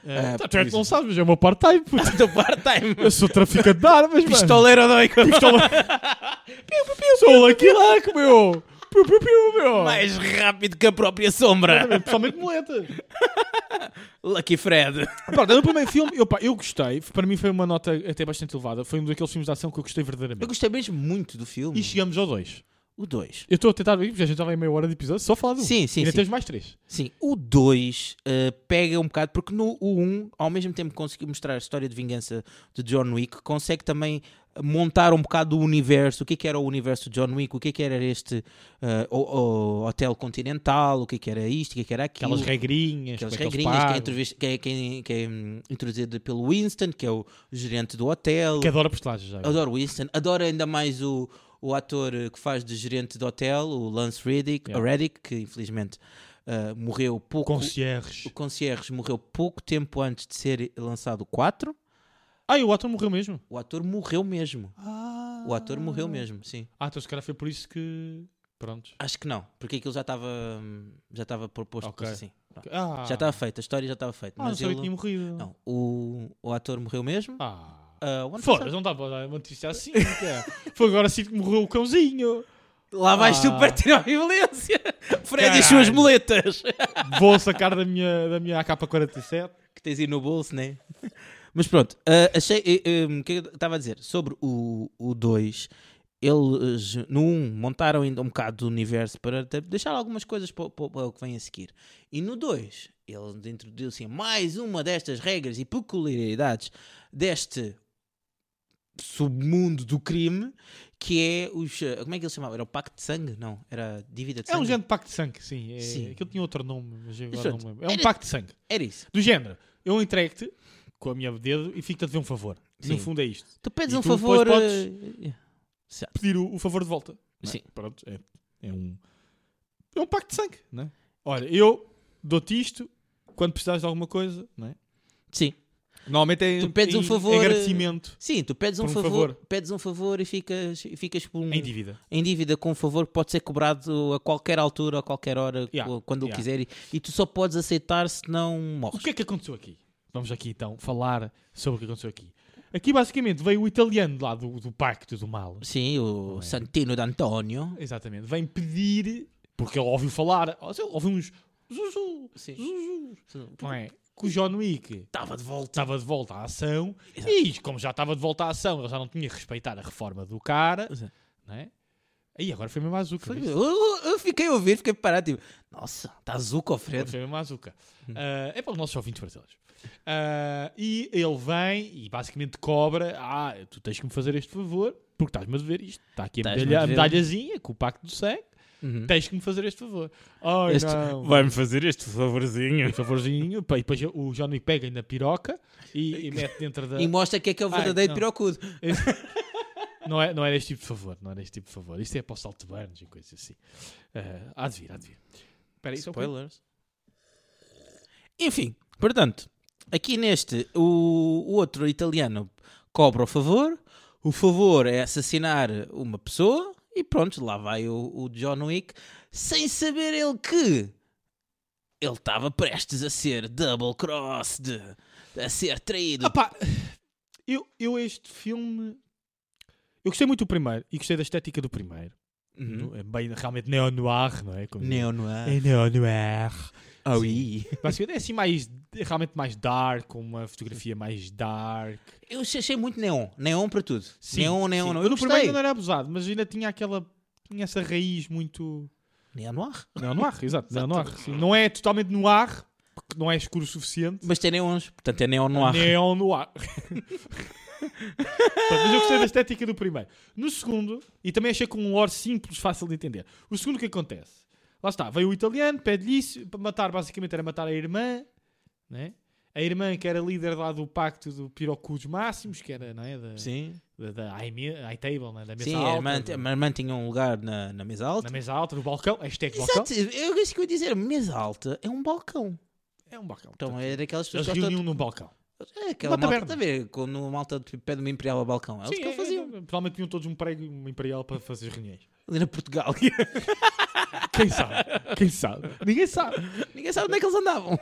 Ah,
Ah,
tá, tu
por
é que não
exemplo.
sabes, mas é o meu part-time. puto.
Do part-time.
Eu sou traficante de armas, mano.
Pistoleiro doico.
Pistola. sou o Lucky Luck, meu. Piu, piu, piu, meu.
Mais rápido que a própria sombra.
Principalmente moletas.
Lucky Fred.
Pronto, no primeiro filme, eu, pá, eu gostei. Para mim foi uma nota até bastante elevada. Foi um daqueles filmes de ação que eu gostei
Eu um.
verdadeiramente.
gostei mesmo muito do filme.
E chegamos ao 2.
O 2.
Eu estou a tentar ver, porque já estava em meia hora de episódio, só falar do um.
Sim, sim,
Ainda
sim.
tens mais três.
Sim, o 2 pega um bocado, porque no 1, um, ao mesmo tempo que conseguiu mostrar a história de vingança de John Wick, consegue também montar um bocado o universo, o que é que era o universo de John Wick, o que é que era este eh, o, o Hotel Continental, o que é que era isto, o que é que era aquilo.
Aquelas regrinhas.
Aquelas
como é que eles
regrinhas que é,
pagam,
entrevista- que é- que é- que é, hum, introduzida pelo Winston, que é o gerente do hotel.
Que adora personagens já.
Adoro Winston, adoro ainda mais o, o ator eh, que faz de gerente de hotel, o Lance Reddick,
Yeah.
Reddick que infelizmente eh, morreu pouco.
Concierge.
O concierge morreu pouco tempo antes de ser lançado o 4.
Ah, e o ator morreu mesmo?
O ator morreu mesmo.
Ah.
O ator morreu mesmo, sim.
Ah, então se calhar foi por isso que. Prontos.
Acho que não, porque aquilo já estava hum, já estava proposto
Ok.
assim. Pronto.
Ah,
Já estava feito, a história já estava feita.
Ah, não
mas
sabia
ele-
que tinha morrido.
não, o, o ator morreu mesmo.
Ah.
Ah, o ano
Fora,
passado.
não estava a dar uma notícia assim. cara. Foi agora sim que morreu o cãozinho.
Lá vais tu
Ah.
partir a violência. Fred e
Caralho.
as suas moletas.
Vou sacar da minha, da minha AK-47.
que tens aí no bolso, né? Mas pronto, ah, achei. eh, eh, O que eu estava a dizer? Sobre o 2, eles eh, no 1 montaram ainda um bocado do universo para até deixar algumas coisas para, para- para o que vem a seguir. E no 2, eles introduziram assim, mais uma destas regras e peculiaridades deste submundo do crime que é os. eh, Como é que ele se chamava? Era o Pacto de Sangue? Não, era Dívida de
É
Sangue.
um género de pacto de sangue, sim. É,
Sim.
Aquilo tinha outro nome, mas agora
Pronto.
não me lembro. É um
Era-
pacto de sangue.
Era isso.
Do género, eu entrego-te com a minha dedo e fico-te a dever um favor.
Sim.
No fundo é isto.
Tu pedes
E
um
tu depois
favor.
podes-
eh, Exato.
Pedir o, o favor de volta. não é?
Sim.
Pronto, é, é um... É um pacto de sangue, não é? Olha, eu dou-te isto quando precisares de alguma coisa, não é?
Sim.
Normalmente é
Tu pedes
em-
um
em
favor, eh,
agradecimento
Sim, tu pedes um,
Por um
favor,
favor.
pedes um favor e ficas, e ficas por um-
em dívida.
em dívida com um favor que pode ser cobrado a qualquer altura, a qualquer hora,
Yeah,
co- quando
yeah.
ele quiser, e, e tu só podes aceitar se não
O
morres.
que é que aconteceu aqui? Vamos aqui então falar sobre o que aconteceu aqui. Aqui basicamente veio o italiano lá do, do pacto do mal.
Sim, o Santino d'Antonio.
Exatamente. Vem pedir, porque ele ouviu falar, ou seja, ouviu uns zuzu,
Sim.
zuzu, não é? Que o John Wick
Estava de volta.
estava de volta à ação
Exato.
e, como já estava de volta à ação, ele já não tinha que respeitar a reforma do cara,
Exato.
não é? Aí agora foi mesmo a Zuka.
Foi-
viste?
Eu, eu- eu fiquei a ouvir, fiquei parado, tipo, nossa, está zuco, ó, Fred.
Foi mesmo a Zuka.
Hum.
Ah, é para os nossos ouvintes brasileiros. Ah, e ele vem e basicamente cobra: ah, tu tens que me fazer este favor, porque estás-me a dever isto. Está aqui a,
Estás-me a
medalha, a
dever.
medalhazinha com o pacto do sangue.
Uhum.
Tens que me fazer este favor. Oh,
Este-
não.
Vai-me fazer este favorzinho.
um favorzinho, pá, e depois o Johnny pega na piroca e, e mete dentro da.
E mostra que é que é o
Ai,
verdadeiro
não.
pirocudo.
Não, é, não era este tipo de favor, não era este tipo de favor. Isto é para o salto de Barnes e coisas assim. Ah, há de vir, há de vir. Espera aí, só um
Spoilers. Enfim, portanto, aqui neste, o, o outro italiano cobra o favor, o favor é assassinar uma pessoa e pronto, lá vai o, o John Wick, sem saber ele que ele estava prestes a ser double crossed, a ser traído.
Ah pá, eu, eu este filme. Eu gostei muito do primeiro e gostei da estética do primeiro.
Uhum.
É bem realmente neo-noir, não é? Como
Neo Noir.
É Ah, neo-noir.
Oh,
sim.
ii.
Basicamente é assim mais. é realmente mais dark, com uma fotografia mais dark.
Eu achei muito neon. Neon para tudo.
Sim,
neon, neon,
sim.
neon.
Eu no primeiro
gostei.
ainda não era abusado, mas ainda tinha aquela. tinha essa raiz muito.
Neon Noir.
Não, noir, exato. Não, noir, sim. Não é totalmente noir, porque não é escuro o suficiente.
Mas tem neons, portanto é neon noir.
Neon noir. Pronto, mas eu gostei da estética do primeiro. No segundo, e também achei com um lore simples, fácil de entender. O segundo, o que acontece? Lá está, veio o italiano, pede-lhe isso, para matar, basicamente era matar a irmã, né? A irmã que era líder lá do pacto do Pirocudos Máximos, que era, não é? Da,
Sim.
da, da high, me- high table, né? da mesa
Sim,
alta.
a irmã,
do-
a minha irmã tinha um lugar na, na mesa alta.
Na mesa alta, do balcão. Hashtag balcão.
Exato, eu isso que eu ia dizer, mesa alta é um balcão.
É um balcão.
Então é daquelas pessoas
Eles
que gostam
reuniam num balcão.
de- É aquela
uma
malta, está
taberna.
a ver, quando uma malta de- pede uma imperial ao balcão, é o que
é,
eu fazia.
é, provavelmente tinham todos um prego um imperial para fazer as reuniões.
Ali na Portugal.
Quem sabe? Quem sabe? Ninguém sabe.
Ninguém sabe onde é que eles andavam.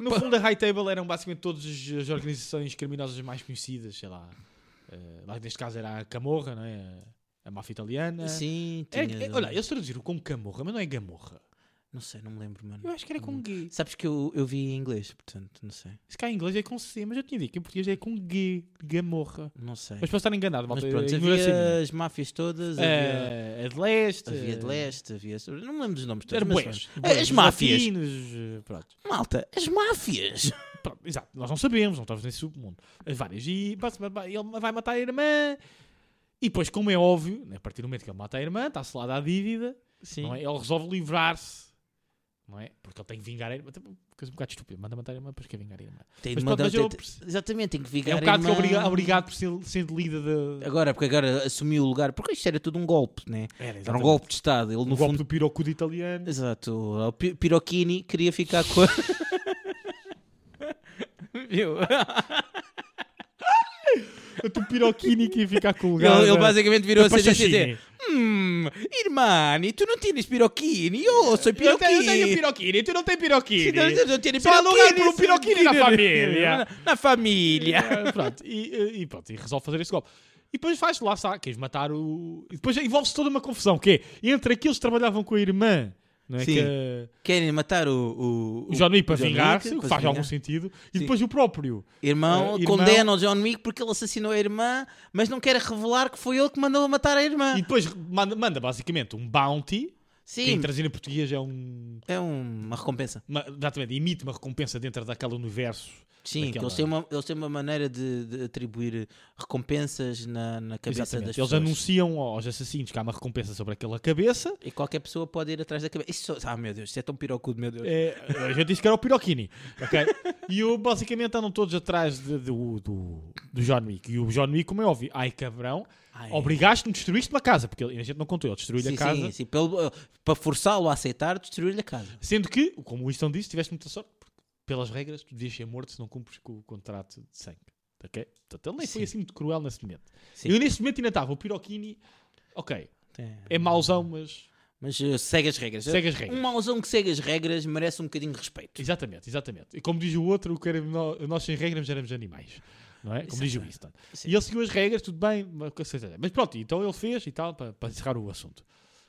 No fundo, a High Table eram basicamente todas as organizações criminosas mais conhecidas, sei lá. Eh, lá neste caso era a Camorra, não é? A máfia italiana.
Sim,
É-
tinha...
é- olha, eles traduziram como Camorra, mas não é Gamorra.
Não sei, não me lembro, mano.
Eu acho que era com G.
Sabes que eu, eu vi em inglês, portanto, não sei.
Se cá em inglês é com C, mas eu tinha dito que em português é com G. Gamorra.
Não sei.
Mas
Mas,
posso estar enganado, malta.
pronto,
é ignorância minha.
havia as máfias todas, havia...
Eh, a de leste.
Havia de
eh,
leste, havia... Não me lembro dos nomes todos.
Era Eh,
mas
bués.
pronto.
Bués,
As máfias.
latinos, eh, Pronto.
Malta, as máfias.
Pronto, exato, nós não sabemos, não estamos nesse submundo. As várias. E basta- ele vai matar a irmã. E depois, como é óbvio, né, a partir do momento que ele mata a irmã, está selada à dívida,
Sim.
não é? ele resolve livrar-se, não é? Porque ele tem que vingar a irmã. Até Coisa um bocado estúpida, manda matar a irmã, depois quer vingar a irmã.
Tem de
Mas
mandar
pronto, mas eu
tem-
perce-
Exatamente, tem que vingar
é um
a
bocado que
irmã. É,
obriga- obrigado por ser, sendo lida de.
Agora, porque agora assumiu o lugar, porque isto era tudo um golpe, né?
Era,
Era um
exatamente.
golpe de Estado. Ele,
Um
no
golpe
fundo.
do pirocudo italiano.
Exato. O Pi- Pirocchini queria ficar com a. Viu?
tipo piroquini que ia ficar colgado. né?
Ele, ele basicamente virou assim
Depois
e disse
sashimi.
assim, Hum, irmãni, tu não tens piroquini? Eu sou
Eu tenho, eu
piroquini.
tenho piroquini, tu não tem piroquini.
Eu não tenho
Só há
piroquini,
lugar para um piroquini na
senhor.
família.
Na, na família.
É, pronto, e, e pronto, e resolve fazer esse golpe. E depois faz, lá está, queres matar o. E depois envolve-se toda uma confusão, que é entre aqueles que trabalhavam com a irmã, não é?
Sim.
Que,
Querem matar o...
o John Wick para
o John
vingar-se,
Wick,
o
para
que faz
se
algum
vingar.
sentido,
Sim.
e depois o próprio.
Irmão,
Eh, irmão-
condena o John Wick porque ele assassinou a irmã, mas não quer revelar que foi ele que mandou matar a irmã.
E depois manda, manda basicamente um bounty, que
Sim,
em traduzido em português é um.
é um- uma recompensa.
uma- exatamente, imite uma recompensa dentro daquele universo.
Sim, que
Daquela-
eles, têm uma, eles têm uma maneira de, de atribuir recompensas na, na cabeça
Exatamente.
das
Eles
pessoas.
anunciam aos assassinos que há uma recompensa sobre aquela cabeça.
E qualquer pessoa pode ir atrás da cabeça. Isso, só- ah, meu Deus, isso é tão pirocudo, meu Deus.
É, eu já disse que era o Piroquini. ok? E eu, basicamente andam todos atrás de- do, do, do John Wick. E o John Wick, como é óbvio, ai cabrão,
Ai.
obrigaste-me, destruíste uma casa. Porque ele- a gente não contou, ele destruiu-lhe
É. Sim,
a casa.
sim, sim. Pelo- eh, para forçá-lo a aceitar, destruir-lhe a casa.
Sendo que, como o Winston disse, tiveste muita sorte. Porque, pelas regras, tu devias ser morto se não cumpres com o contrato de sangue. Ok? Portanto, ele nem foi
Sim.
assim muito cruel nesse momento.
Sim.
Eu, nesse momento, ainda estava o Piroquini. Ok,
Hum.
é mauzão, mas.
Mas eh, segue as regras.
Segue as regras.
Um mauzão que segue as regras merece um bocadinho de respeito.
Exatamente, exatamente. E como diz o outro, o que era- nó- nós sem regras éramos animais. Não é? Como diz o Winston.
Sim.
E ele seguiu as regras, tudo bem, mas com certeza. Mas pronto, então ele fez e tal, para, para encerrar o assunto.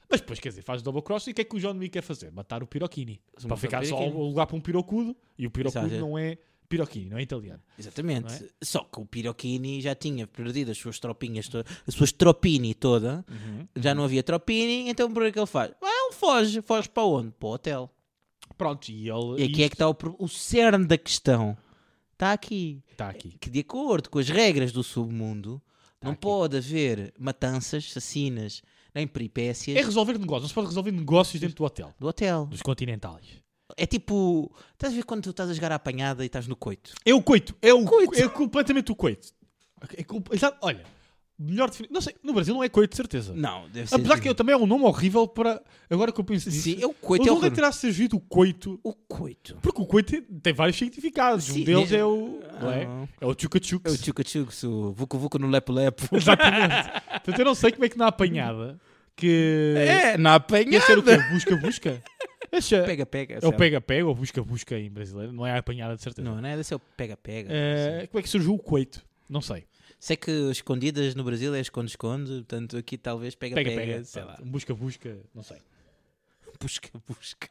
Mas depois, quer dizer, faz double cross e o que é que o John Wick quer fazer? Matar o Piroquini.
Matar
Para
o
ficar só
Piroquini.
o lugar para um pirocudo. E o pirocudo
Exato.
não é piroquini, não é italiano.
Exatamente.
Não é?
Só que o Piroquini já tinha perdido as suas tropinhas, to- as suas tropini toda.
Uhum.
Já não havia tropini, então por que é que ele faz? Ah, ele foge. Foge para onde? Para o hotel.
Pronto, e ele
E aqui é que está o, pro- o cerne da questão. Está aqui.
está aqui.
Que de acordo com as regras do submundo, não
aqui.
pode haver matanças, assassinas, nem peripécias
É resolver negócios, não se pode resolver negócios dentro do hotel,
do hotel.
dos continentais.
É tipo... Estás a ver quando tu estás a jogar à apanhada e estás no coito?
É o coito. É, o,
Coito.
é completamente o coito. É culpa- exato, olha, melhor definição. Não sei, no Brasil não é coito, de certeza.
Não, deve ser... tipo,
Apesar que eu também é um nome horrível para. Agora que eu penso nisso.
Sim, é o coito. é
Onde é
horror.
que terá surgido o coito?
O coito.
Porque o coito tem- tem vários significados.
Sim,
um deles
né?
é o. não é?
Ah.
É o tchuca tchuca.
É o Chuca Chucks, o Vucu Vucu no Lepo Lepo.
Exatamente. Portanto, eu não sei como é que na apanhada. Que.
É, na
Ia ser o
apanhada.
quê? Busca busca? Essa-
Pega, pega.
É o
sabe?
pega-pega ou busca-busca em brasileiro. Não é a apanhada, de certeza.
Não, não é desse, é o pega, pega.
Eh, como é que surgiu o coito? Não sei.
Sei que escondidas no Brasil é esconde-esconde, portanto aqui talvez pega, pega,
Pega-pega.
sei lá.
Busca-busca. Não sei.
Busca, busca.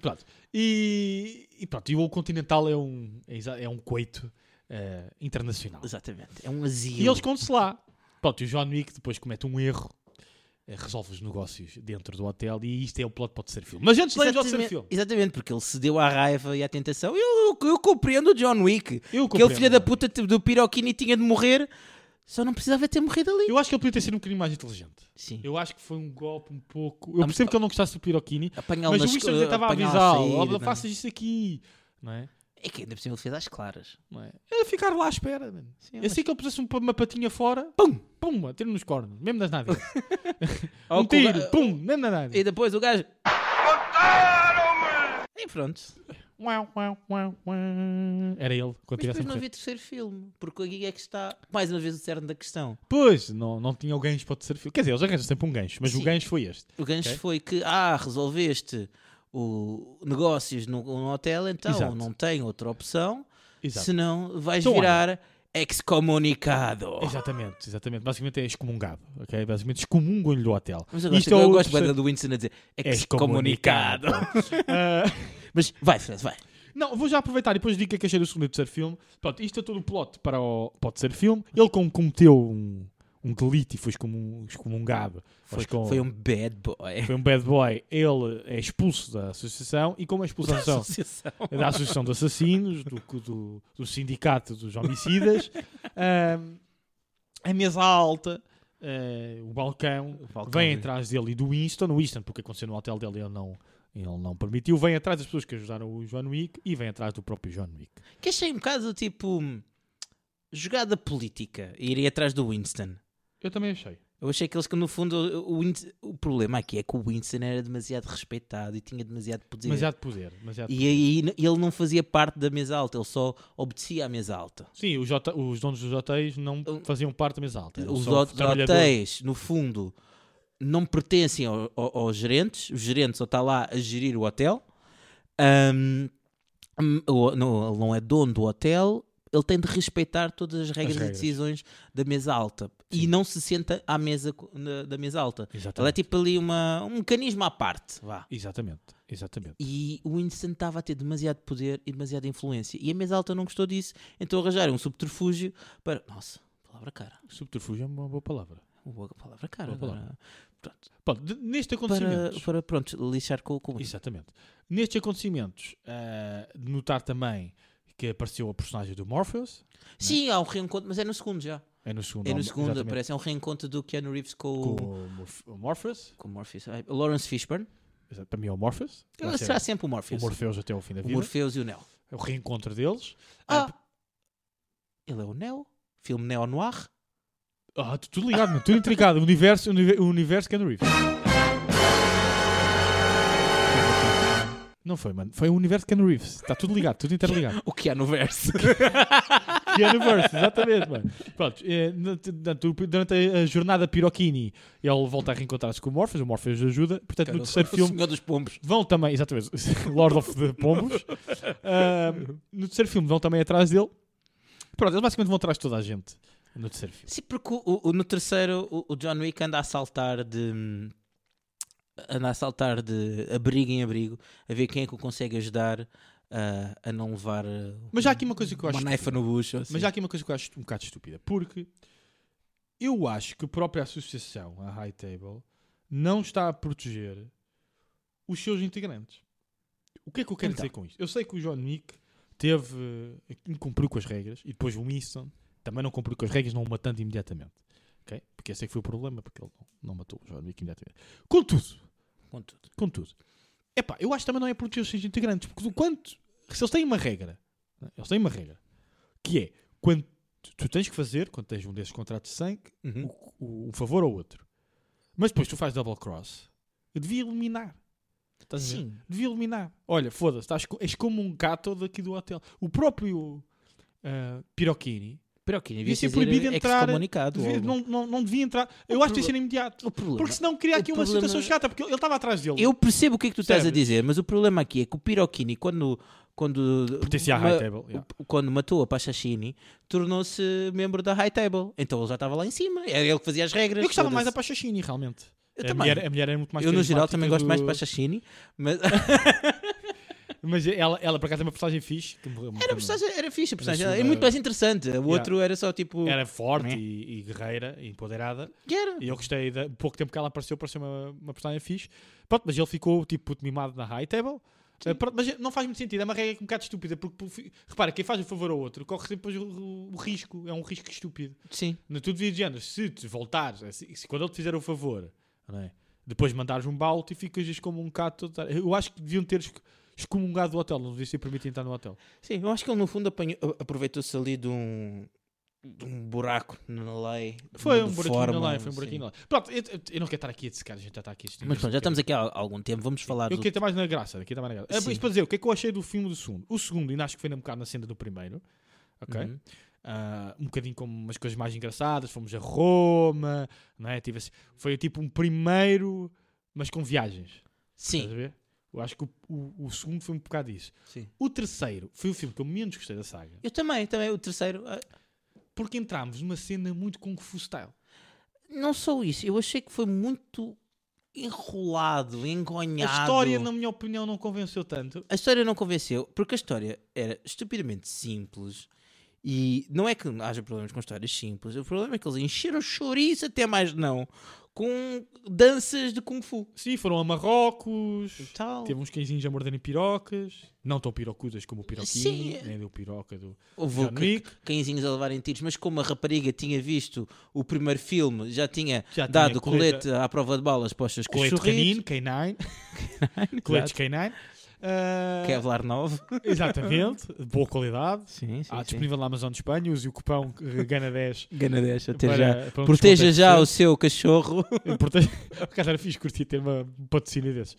Pronto. E, e pronto. E o Continental é um, é exa- é um coito eh, internacional.
Exatamente, é um
E
asilo.
eles esconde-se lá. Pronto, e o John Wick depois comete um erro, eh, resolve os negócios dentro do hotel e isto é o plot pode ser filme. Mas antes de pode ser
Exatamente,
filme.
exatamente, porque ele cedeu à raiva e à tentação. Eu, eu, eu compreendo o John Wick.
Eu um.
Aquele
compreendo,
filho da
John
puta t- do Piroquini tinha de morrer, só não precisava ter morrido ali.
Eu acho que ele podia ter sido um bocadinho mais inteligente.
Sim,
Eu acho que foi um golpe um pouco. Eu percebo que ele não gostasse do Piroquini,
apanhá-lo
mas o
nas-
Winston já estava a
apanhá-lo à
avisá-lo:
saída,
"Olha,
não é?
faças isso aqui. Não é?
É que ainda por cima ele fez às claras.
Não é? Era ficar lá à espera, mano.
Sim,
É
mas-
assim que ele pusesse um- uma patinha fora, pum, pum, a tiro nos cornos, mesmo nas nádegas.
Ao
um
cu-
tiro, pum, mesmo nas nádegas.
E depois o gajo. E pronto.
Uau, uau, uau, uau. Era ele,
Mas
quando tivesse um
depois não
a morrer.
havia terceiro filme. Porque aqui é que está, mais uma vez, o cerne da questão.
Pois, não, não tinha o gancho para o terceiro filme. Quer dizer, eles arranjam sempre um gancho, mas
Sim.
o gancho foi este.
O gancho
Ok.
foi que, ah, resolveste o negócios no, no hotel, então
Exato.
não tem outra opção,
Exato.
senão vais
Então, olha.
virar excomunicado.
Exatamente, exatamente. Basicamente é excomungado, ok? Basicamente excomungam-lhe do hotel.
Mas eu gosto, eu
é o
gosto
terceiro-
bem do Winston a dizer
Excomunicado. É
excomunicado.
Ah,
Mas vai, Fred, vai.
não, vou já aproveitar e depois digo o que é que achei do segundo e do terceiro filme. Pronto, isto é todo o plot para o, para o terceiro filme. Ele como cometeu um, um delito e foi excomun- excomungado.
Foi,
excom-
foi um bad boy.
foi um bad boy. Ele é expulso da associação e como é expulso da associação...
Associação.
da Associação de Assassinos, do, do, do Sindicato dos Homicidas, ahm, a mesa alta, eh, o balcão,
balcão,
vem
sim.
atrás dele e do Winston, o Winston, porque aconteceu no hotel dele e ele não, ele não permitiu, vem atrás das pessoas que ajudaram o John Wick e vem atrás do próprio John Wick.
Que achei um bocado tipo jogada política. Iria atrás do Winston.
Eu também achei.
Eu achei aqueles que, no fundo, o, o Whindersson- o problema aqui é que o Winston era demasiado respeitado e tinha demasiado poder.
Demasiado poder. Demasiado...
E aí n- ele não fazia parte da mesa alta, ele só obedecia à mesa alta.
Sim, os, hota- os donos dos hotéis não faziam parte da mesa alta. eram
Os
só
ho-
trabalhadores.
hotéis, no fundo, não pertencem ao- ao- aos gerentes, os gerentes só está lá a gerir o hotel. Ahm, hum, o- não, ele não é dono do hotel, ele tem de respeitar todas as regras,
regras.
e decisões da mesa alta e não se senta à mesa co- na- da mesa alta. Ele é
Exatamente.
tipo ali uma, um mecanismo à parte, vá.
Exatamente. Exatamente.
E o Winston estava a ter demasiado poder e demasiada influência. E a mesa alta não gostou disso, então arranjaram um subterfúgio para. Nossa, palavra cara.
Subterfúgio é uma boa palavra.
Boa palavra cara.
Boa palavra.
agora. Pronto.
Pronto, de- neste acontecimento.
Para, para, pronto, lixar com, com isso.
Exatamente. Nestes acontecimentos, ah, de notar também que apareceu a personagem do Morpheus.
Sim, há um reencontro, mas é no segundo já.
É no segundo.
É no
homem,
segundo,
exatamente,
parece. É um reencontro do Keanu Reeves
Com
com, o-
o Morf- o Morpheus.
com o Morpheus. Ai, Lawrence Fishburne.
Exato, Para mim é o Morpheus. Vai
Ele
ser
Ah, será sempre o
o
Morpheus.
Morpheus até ao fim da
O
vida.
Morpheus e o Neo.
É o reencontro deles.
Ah! Ele é o Neo. Filme Neo Noir.
Ah, tu- tudo ligado, mano. Tudo intrigado. O universo, o univer- o universo Ken Reeves. Não foi, mano. Foi o universo Ken Reeves. Está tudo ligado, tudo interligado.
O que há no verso?
Keanu Reeves, exatamente, mano. Pronto, eh, na- portanto, durante a a jornada Piroquini, ele volta a reencontrar-se com o Morpheus, o Morpheus ajuda. Portanto, no terceiro
o
filme,
Senhor dos Pombos.
vão também, exatamente, Lord of the Pombos. Ah, no terceiro filme, vão também atrás dele. Pronto, eles basicamente vão atrás de toda a gente no terceiro filme.
Sim, porque o- o- no terceiro o, o John Wick anda a saltar de. anda a saltar de abrigo em abrigo a ver quem é que o consegue ajudar ah, a não levar ah,
Mas há aqui uma coisa que eu
uma
acho.
naifa no bucho. assim.
Mas há aqui uma coisa que eu acho um bocado estúpida, porque eu acho que a própria associação, a High Table, não está a proteger os seus integrantes. O que é que eu quero
Então.
dizer com isto? Eu sei que o John Nick teve. eh, incumpriu com as regras e depois o Winston também não cumpriu com as regras, não o matando imediatamente. ok? Porque esse é que foi o problema, porque ele não, não matou o John Wick imediatamente. Contudo,
Contudo.
Contudo, epá, eu acho que também não é proteger os seus integrantes, porque do quanto. Se eles têm uma regra, né? eles têm uma regra, que é quando tu- tu tens que fazer, quando tens um desses contratos de sangue,
Uhum.
o- o- um favor ao outro, mas depois tu fazes double cross, eu devia eliminar. Estás a ver?
Sim.
Devia eliminar. Olha, foda-se, estás co- és como um gato daqui do hotel. O próprio ah, Piroquini
Piroquini,
devia
devia
ser
ser
proibido entrar.
excomunicado.
devia-
ou-
não, não, não devia entrar. Eu acho que devia ser imediato.
O problema- é
Porque senão cria
o
aqui uma
problema-
situação chata, porque ele estava atrás dele.
Eu percebo o que é que tu estás a
Percebes?
dizer, mas o problema aqui é que o Piroquini, quando. quando
Pertencia à
ma-
High Table, yeah.
o- Quando matou a Pachachini, tornou-se membro da High Table. Então ele já estava lá em cima. Era ele que fazia as regras.
Eu gostava mais da
foda-se.
Pachachini, realmente.
Eu
a,
também.
Mulher, a mulher era muito mais
Eu, no geral,
carismática
também
do-
gosto mais de Pachachini, mas
Mas ela, ela, por acaso, é uma personagem fixe. que morreu- morreu
era, a
no-
personagem- era fixe a personagem.
segunda-
É muito mais interessante. O outro era só tipo.
Era forte
Né?
e, e guerreira e empoderada.
Era.
E eu gostei, da, pouco tempo que ela apareceu, pareceu uma, uma personagem fixe. Pronto, mas ele ficou, tipo, mimado na high table. Eh, pronto, mas não faz muito sentido, é uma regra um bocado estúpida. Porque, por fi- repara, quem faz um favor ao outro corre sempre depois o, o- o risco. É um risco estúpido.
Sim.
No tu devias de género, se te voltares, eh, se, se quando ele te fizer o favor, não é? depois mandares um balde e ficas como um cato. tá? Eu acho que deviam ter exc- excomungado do hotel, não devia ser permitido entrar no hotel.
Sim, eu acho que ele no fundo apanhou- a- aproveitou-se ali de um, de um buraco na lei.
Foi
de
um buraquinho
forma,
lá, foi um
sim.
buraquinho lá. Pronto, eu, eu- eu não quero estar aqui a dissecar, a gente já está aqui a dissecar.
Mas pronto, já estamos aqui há há algum tempo, vamos falar do
Eu queria estar mais na graça, aqui está mais na graça. É,
Sim.
isto para dizer, o que é que eu achei do filme do segundo? O segundo, ainda acho que foi ainda um bocado na cena do primeiro, ok?
Uhum.
Ah, um bocadinho como umas coisas mais engraçadas, fomos a Roma, não é? Tive assim- foi tipo um primeiro, mas com viagens. Estás
Sim,
a ver? Eu acho que o, o- o segundo foi um bocado isso.
sim.
O terceiro foi o filme que eu menos gostei da saga,
Eu também, também. O terceiro. ah,
porque entramos numa cena muito Kung Fu style.
Não só isso, eu achei que foi muito enrolado, engonhado.
A história, na minha opinião, não convenceu tanto.
A história não convenceu, porque a história era estupidamente simples. E não é que haja problemas com histórias simples, o problema é que eles encheram o chouriço até mais não com danças de Kung Fu.
Sim, foram a Marrocos.
e Tal.
Teve uns cãezinhos a morderem pirocas. Não tão pirocudas como o piroquinho.
Sim.
Nem do piroca do...
Houve
John Wick.
cãezinhos a levarem tiros, mas como a rapariga tinha visto o primeiro filme, já tinha
Já tinha
dado o
colete-
colete à prova de balas para os seus
Colete
cachorritos.
canino, canine. Coletes canine. Ah,
Kevlar 9.
Exatamente, de boa qualidade.
Sim, sim.
Há
sim.
Ah, disponível na Amazon de Espanha, use o cupão que ganha 10
Gana 10, até já.
para, para um
Proteja
desconto
já o
de
seu cachorro.
10%. Proteja- Por acaso era fixe curtir ter uma um patrocínio desses.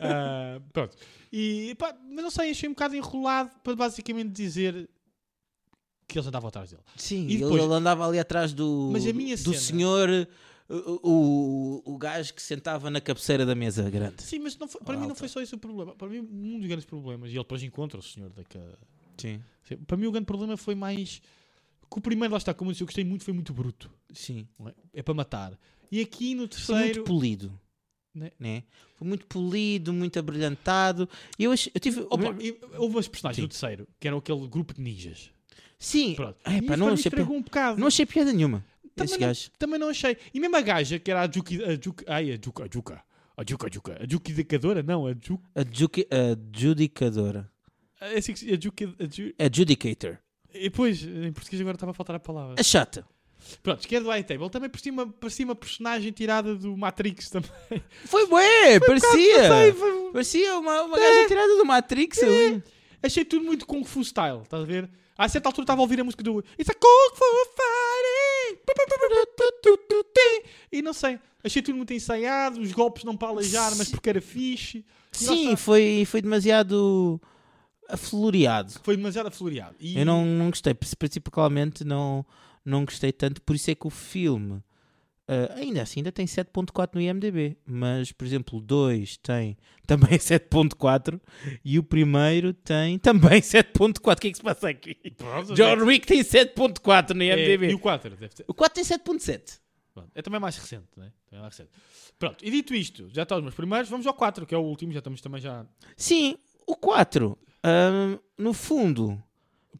Ah, pronto. E, pá, mas não sei, achei um bocado enrolado para basicamente dizer que eles andavam atrás dele.
Sim,
E
ele-
depois-
ele andava ali atrás do,
Mas a minha
do
cena-
senhor, o, o, o gajo que sentava na cabeceira da mesa grande.
Sim, mas não foi- para
Olá,
mim não
Alta.
foi só esse o problema. Para mim, um dos grandes problemas, e ele depois encontra o senhor daquela.
Sim.
Sim, Para mim, o grande problema foi mais. Que o primeiro, lá está, como eu disse, eu gostei muito, foi muito bruto.
Sim.
não é? É para matar. E aqui
Foi
no
muito
terceiro.
polido.
Né?
Né? Foi muito polido, muito abrilhantado. E eu, achei- eu tive.
Opa, e houve umas personagens
Sim.
do terceiro que eram aquele grupo de ninjas.
Sim,
Pronto.
É,
E
pá,
isso para
não
mim
achei
estragou um bocado.
não achei piada nenhuma.
também,
Esse
não,
gajo.
também não achei. E mesmo a gaja que era a Juki. A Juki ai, a Juca, a Juca. A Juca, a Juca. A Jukidicadora? Não, a Juca.
Adjuca- Adjudicadora.
É assim que se- a Juki. A Ju...
Adjudicator.
E depois, em português agora estava a faltar a palavra.
A chata.
Pronto, esquerdo do Table também parecia uma, parecia uma personagem tirada do Matrix também.
Foi bué, parecia.
Não sei, foi-
Parecia uma, uma gaja tirada do Matrix ali.
Achei tudo muito Kung Fu style, estás a ver? A certa altura estava a ouvir a música do It's a Kung Fu Fighting! E não sei, achei tudo muito ensaiado, os golpes não para aleijar, mas porque era fixe. E lá
Sim,
está,
foi, foi demasiado afloreado.
foi demasiado afloreado. E
Eu não, não gostei, prin- principalmente não, não gostei tanto, por isso é que o filme, ah, ainda assim, ainda tem 7.4 no IMDB, mas, por exemplo, o 2 tem também 7.4 e o primeiro tem também 7.4. O que é que se passa aqui?
Pronto, né?
John Wick tem 7.4 no
é-
IMDB.
E o 4, deve ter.
o 4 tem 7.7.
Pronto, É também mais recente, né? Também é mais recente. Pronto, e dito isto, já está os meus primeiros, vamos ao 4, que é o último, já estamos também já.
Sim, o 4, ah, no fundo,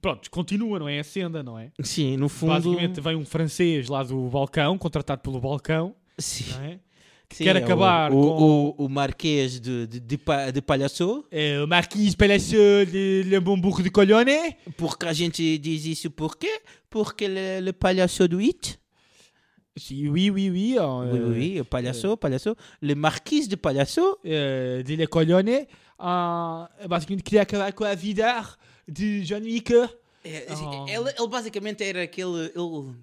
Pronto, continua, não é? Acenda, não é?
sim, no fundo...
Basicamente vem um francês lá do balcão, contratado pelo balcão,
Sim.
não é? Que
Sim,
quer
é o-
acabar
o,
com.
o, o Marquês de, de, de, Pa- de Palhaço,
É, o Marquis Palhaço de Lambamburgo de Colhone.
porque a gente diz isso porque porque le, le Palhaço do It,
Sim, oui, oui, oui. oh, eh, En,
oui, oui, oui, o Palhaço, Palhaço, le Marquês de Palhaço,
Euh, de Le Colhone. Uh, basicamente queria acabar com a vida de John Wick.
É,
Oh.
ele, ele basicamente era aquele, ele,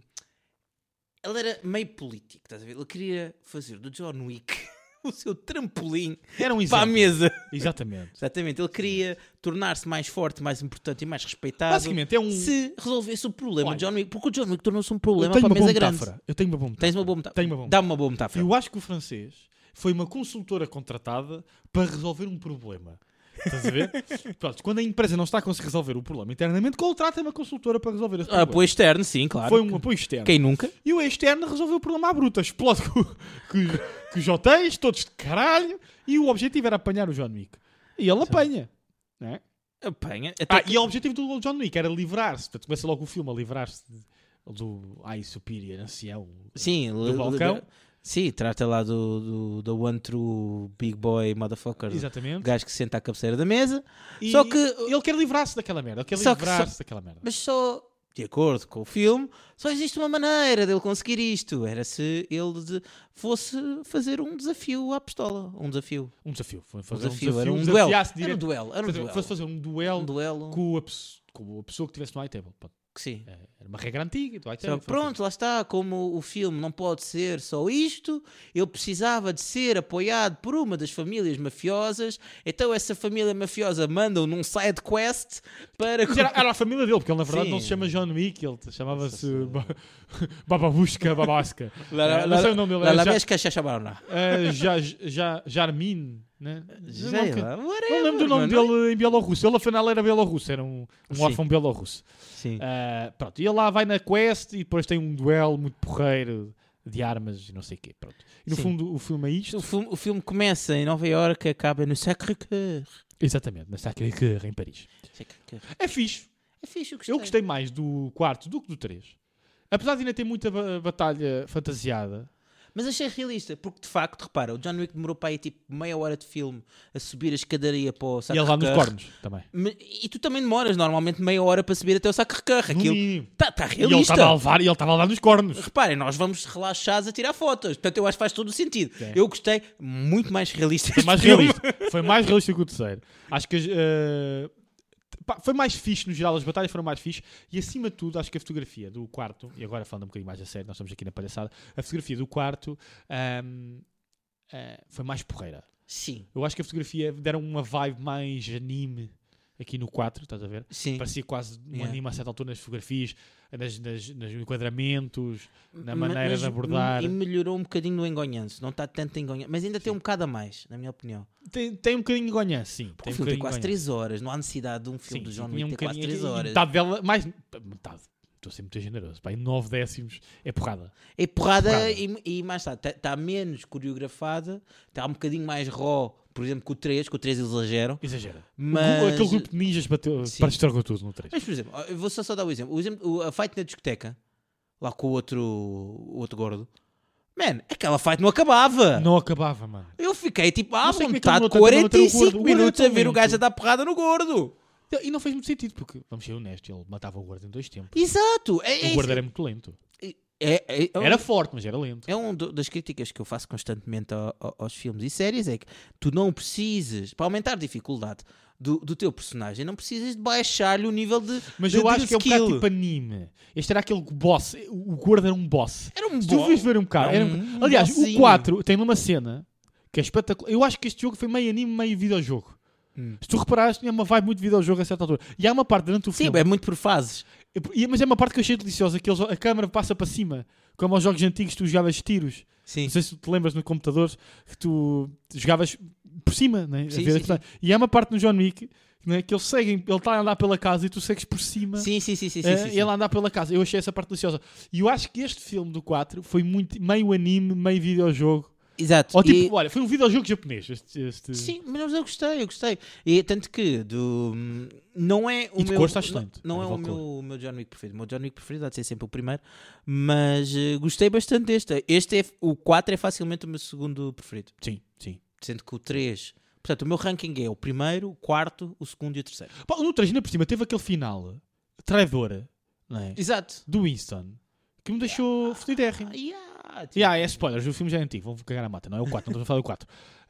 ele era meio político, estás a ver? Ele queria fazer do John Wick o seu trampolim
Era um
para a
exemplo.
mesa.
Exatamente.
Exatamente, ele queria tornar-se mais forte, mais importante e mais respeitado.
Basicamente é um.
tá se resolvesse o problema
Olha,
de John Wick, porque o John Wick tornou-se um
Eu
problema
tenho
para a
uma boa
mesa grande.
metáfora. Eu tenho uma boa metáfora.
Tens uma boa metáfora.
Tenho uma boa
Dá-me uma boa metáfora.
Eu acho que o francês foi uma consultora contratada para resolver um problema. Estás a ver? Pronto, quando a empresa não está a conseguir resolver o problema internamente, contrata uma consultora para resolver esse
Ah,
problema.
apoio externo, sim, claro.
Foi um apoio externo.
Quem nunca?
E o externo resolveu o problema à bruta. Explode com, com- com os hotéis, todos de caralho. E o objetivo era apanhar o John Wick. E ele apanha. não é?
Apanha.
Ah, e o objetivo do John Wick era livrar-se. Portanto, começa logo o filme a livrar-se de- do Ai Superior, é ancião.
Sim, do
balcão?
Sim, trata lá do, do, do One True Big Boy Motherfucker. O
Exatamente.
gajo que se senta à cabeceira da mesa.
E
Só que.
ele quer livrar-se daquela merda. Ele quer
Só que
livrar-se daquela merda.
Mas só. De acordo com o filme, só existe uma maneira dele conseguir isto. Era se ele de- fosse fazer um desafio à pistola. Um desafio.
Um desafio. Foi
Um
fazer
desafio.
um desafio.
Era um duelo.
desafiasse
Era um
direto-
duelo. Era um
fazer-
duelo.
Fosse fazer um duelo,
Um duelo.
Com, a, pesso- com a pessoa que estivesse no high table. Pronto.
que Sim.
É, Era uma regra antiga do high
Só
table.
que Então, pronto, lá está, como o filme não pode ser só isto, ele precisava de ser apoiado por uma das famílias mafiosas, então essa família mafiosa manda-o num side quest para...
Mas era, era a família dele, porque ele na verdade
Sim.
não se chama John Wick, ele chamava-se Ba- Bababusca, Babasca. Eh, não sei o nome dele,
La,
era
la
Ja-
Mesca Chachabarona.
eh, Ja- Ja- Jarmin, né?
Sei
Não, que-
lá,
Não
whatever,
lembro do nome
mano.
dele em bielorrusso. Ele afinal era bielorrusso, era um, um
Sim.
órfão bielorrusso.
Sim.
Ah, pronto, e ele lá vai na quest e depois tem um duelo muito porreiro de armas e não sei o quê. Pronto. E no
Sim.
fundo o filme é isto.
O, filme, o filme começa em Nova Iorque, acaba no Sacré-Cœur.
Exatamente, na Sacré-Cœur em Paris.
Sacré-Cœur.
É fixe.
É fixe, eu gostei.
Eu gostei mais do quarto do que do 3. Apesar de ainda ter muita ba- batalha fantasiada,
Mas achei realista, porque de facto, repara, o John Wick demorou para aí tipo meia hora de filme a subir a escadaria para o
E
saco
ele lá nos
recarga.
cornos também.
Me- E tu também demoras normalmente meia hora para subir até o saco de recarga.
No
Aquilo
mínimo.
está tá
Hum. E ele
realista.
estava a levar, e ele estava a levar nos cornos.
Reparem, nós vamos relaxados a tirar fotos. Portanto, eu acho que faz todo o sentido. Eu gostei muito mais realista.
É. Foi
este
mais
filme.
realista. Foi mais realista que o terceiro. Acho que as, eh, pá, foi mais fixe no geral, as batalhas foram mais fixe e acima de tudo acho que a fotografia do quarto, e agora falando um bocadinho mais a sério, nós estamos aqui na palhaçada, a fotografia do quarto ahm, eh, foi mais porreira.
Sim,
Eu acho que a fotografia deram uma vibe mais anime aqui no 4, estás a ver?
sim.
Parecia quase um
Yeah.
anime a certa altura nas fotografias, nas, nas- nos enquadramentos, na
Ma-
é maneira
mas
de abordar.
E melhorou um bocadinho no engonhanço. Não está tanto engonhanço. Mas ainda tem um bocado a mais, na minha opinião.
Tem, tem um bocadinho de ganhar, sim.
Porque
um
o filme tem
bocadinho de
quase
ganhar.
3 horas. Não há necessidade de um
Sim,
filme do
sim,
John
tinha
Wick ter quase
bocadinho-
3
e- tá e
horas.
Metade dela, mais metade. Estou sempre muito generoso. Pá, 9 décimos é porrada.
É porrada,
Porrada.
E, e mais está. Está menos coreografada. Está um bocadinho mais raw. Por exemplo, com o 3. Com o 3 eles exageram.
Exagera. O gru-
Mas-
Aquele grupo de ninjas bateu,
Sim.
para estragou tudo no 3.
Mas, por exemplo, eu vou só, só dar o exemplo. O exemplo o- a fight na discoteca, lá com o outro, o outro gordo. Man, aquela fight não acabava.
Não acabava, mano.
Eu fiquei tipo, ah,
Não
vão
sei como é que
estar
ele não acabou de matar o gordo.
45
O gordo é
minutos a
tão
ver o
lento.
gajo a dar porrada no gordo.
E não fez muito sentido, porque, vamos ser honestos, ele matava o guarda em dois tempos.
Exato. É, é,
O guarda
isso.
era muito lento.
É- é- é um-
Era forte, mas era lento.
é um do- das críticas que eu faço constantemente ao- ao- aos filmes e séries é que tu não precisas, para aumentar a dificuldade do, do teu personagem, não precisas de baixar-lhe o nível de
Mas
de-
eu
de
acho que é um
skill.
bocado tipo anime. Este era aquele boss. O o gordo era um boss.
Era um
Se tu
bo-
vês ver um bocado.
era
era
um
um- Aliás,
bossinho.
o 4 tem uma cena que é espetacular. Eu acho que este jogo foi meio anime, meio videojogo.
Hum.
Se tu reparares, tinha uma vibe muito videojogo a certa altura. E há uma parte durante o
Sim,
filme.
é muito por fases.
e- Mas é uma parte que eu achei deliciosa. Que eles- a câmera passa para cima. Como aos jogos antigos, tu jogavas tiros.
Sim.
Não sei se tu te lembras no computador que tu jogavas por cima, né? A
Sim,
ver
sim,
as pessoas. E há uma parte no John Wick né, que eles seguem, ele está a andar pela casa e tu segues por cima.
Sim, sim, sim, sim, sim,
eh,
sim, sim.
Ele a andar pela casa. Eu achei essa parte deliciosa. E eu acho que este filme do 4 foi muito meio anime, meio videojogo.
Exato.
Ou tipo,
E-
olha, foi um videojogo japonês. Este, este...
Sim, mas eu gostei, eu gostei. E tanto que do não é o
E de
meu
cor está
não,
excelente,
não
a
é o
nível de
meu, o meu John Wick preferido. O meu John Wick preferido há de ser sempre o primeiro, mas eh, gostei bastante deste. Este é o 4 é facilmente o meu segundo preferido,
sim, sim.
sendo que o 3 Portanto, o meu ranking é o primeiro, o quarto, o segundo e o terceiro.
Pá, no 3, ainda por cima, teve aquele final traidora não é?
Exato.
do Winston que me deixou fodidérrimo.
Yeah, tipo,
Yeah, é spoilers, o filme já é antigo, vão cagar na mata, não é o 4, não estamos a falar do 4.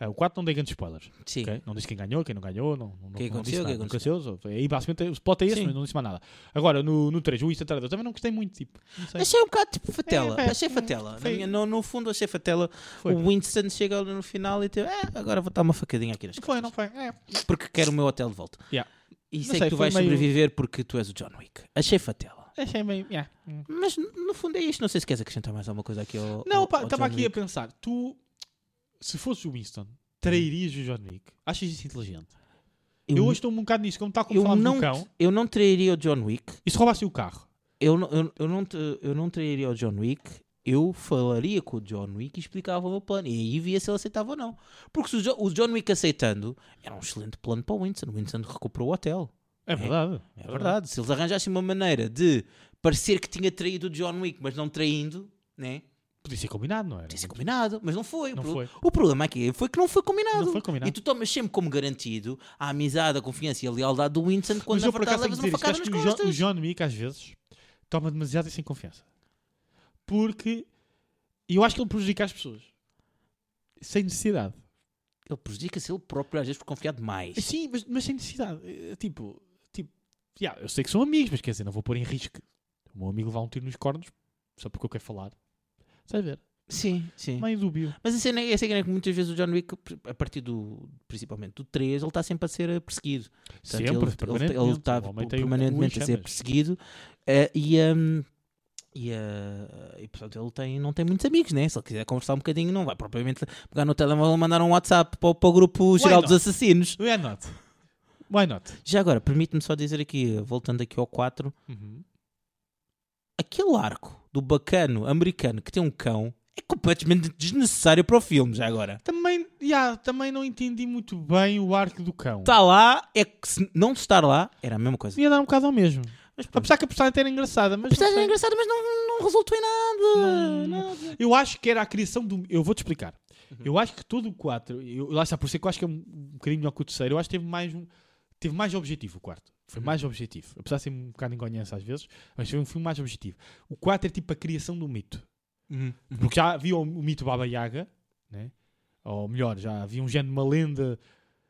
o 4 não dei grandes spoilers,
tipo, Sim.
ok? Não diz quem ganhou, quem não ganhou, não, não,
Quem
não disse
aconteceu,
nada,
quem
não aconteceu, Aí basicamente o spot é esse,
Sim.
mas não disse mais nada. Agora, no, no 3, o Insta Trader, eu também não gostei muito, tipo, não sei.
Achei um bocado tipo fatela.
É, é,
achei
é,
fatela. Na
foi-
minha- no, no fundo, achei fatela.
Foi.
O Winston chega no final e tipo, "Eh, agora vou dar uma facadinha aqui nas
Não foi, não foi, é.
porque quero o meu hotel de volta.
Yeah.
E
Não
sei,
sei,
que tu
foi
vais
meio-
sobreviver porque tu és o John Wick. Achei fatela.
Achei meio, yeah.
Mas n- no fundo é isto. Não sei se queres acrescentar mais alguma coisa aqui ao.
Não,
ao-
pá,
ao
estava
John
aqui a
Wick.
pensar, tu, se fosse o Winston, trairias o John Wick? Achas isso inteligente? Eu, hoje estou um bocado nisso, como está como
eu
falámos
não,
do cão,
eu não trairia o John Wick.
e se roubasse o carro?
Eu não, eu, eu não, tra- eu não trairia o John Wick. Eu falaria com o John Wick e explicava o meu plano. E aí via se ele aceitava ou não. Porque se o, Jo- o John Wick aceitando, era um excelente plano para o Winston. O Winston recuperou o hotel.
É verdade.
É verdade. Se eles arranjassem uma maneira de parecer que tinha traído o John Wick, mas não traindo, né?
Podia ser combinado, não era?
Podia ser combinado, mas não foi. o,
Uhum. Não
pro-
foi.
o problema aqui foi que não foi combinado.
Não foi combinado.
E tu tomas sempre como garantido a amizade, a confiança e a lealdade do Winston quando
Mas
na
eu por
verdade
acaso
levas
tenho que
uma
dizer isto,
facada
acho
nas
que o John, o
costas.
John Wick às vezes toma demasiado e sem confiança. Porque eu acho que ele prejudica as pessoas. Sem necessidade.
Ele prejudica-se ele próprio às vezes por confiar demais.
Sim, mas, mas sem necessidade. Eh, Tipo, tipo yeah, eu sei que são amigos, mas quer dizer, não vou pôr em risco o meu amigo levar um tiro nos cornos só porque eu quero falar. Estás a ver?
Sim, sim.
Meio dúbio.
Mas a cena, é- a cena é que muitas vezes o John Wick, a partir do, principalmente do 3, ele está sempre a ser eh, perseguido. Portanto,
Sempre,
ele- ele, ele,
permanentemente.
está
O homem tem um o cu em
permanentemente a ser
chamas.
perseguido eh, e, hum, e, eh, e, portanto ele tem, não tem muitos amigos, né? Se ele quiser conversar um bocadinho, não vai propriamente pegar no telemóvel e mandar um WhatsApp para, o- para o grupo geral dos
not?
assassinos.
Why not? Why not?
Já agora, permite-me só dizer aqui, voltando aqui ao 4, aquele arco do bacano americano que tem um cão é completamente desnecessário para o filme, já agora.
Também, yeah, também não entendi muito bem o arco do cão.
Tá. Está lá, é que se não estar lá, era a mesma coisa.
Ia dar um bocado ao mesmo.
Mas pronto.
Apesar que a personagem era engraçada, mas.
Apesar
não
de
sei.
é engraçado, mas não, não resultou em nada. Nada.
Eu acho que era a criação do. Eu vou-te explicar. Eu acho que todo o 4. Eu, lá está, por isso é que eu acho que é um, um bocadinho melhor que o terceiro. Eu acho que teve mais, um, teve mais objetivo o quarto. Foi mais objetivo. Apesar de ser um bocado engonhança às vezes, mas foi um filme mais objetivo. O 4 é tipo a criação do mito. Uhum. Porque já havia o, o mito Baba Yaga, né? ou melhor, já havia um género de uma lenda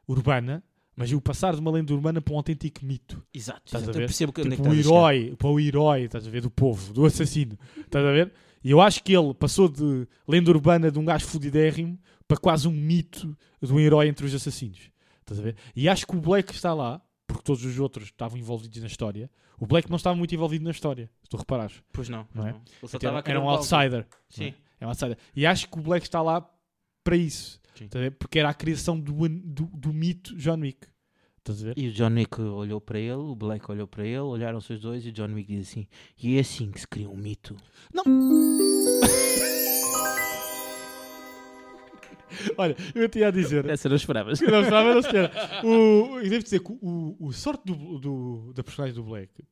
urbana, mas o passar de uma lenda urbana para um autêntico mito.
Exato.
Estás a
exato.
ver?
Eu percebo que onde é
Tipo,
que
um
estás a chegar.
herói, para o herói, estás a ver, do povo, do assassino, estás a ver? E eu acho que ele passou de lenda urbana de um gajo fudidérrimo para quase um mito de um herói entre os assassinos, estás a ver? E acho que o Blake está lá, porque todos os outros estavam envolvidos na história, o Blake não estava muito envolvido na história, se tu reparares.
Pois não.
Não é?
não. Ele só
Até
estava a
Era,
querer
um
algo.
outsider.
Sim.
É um outsider. E acho que o Blake está lá para isso,
Sim.
estás a ver? Porque era a criação do, an- do, do mito John Wick, estás a ver?
E o John Wick olhou para ele, o Blake olhou para ele, olharam-se os dois e o John Wick diz assim: E é assim que se cria um mito.
Olha, eu te ia dizer.
Essa não esperavas.
Eu não estava, não senhora. O, eu devo dizer que o, o sorte do, do- da personagem do Black,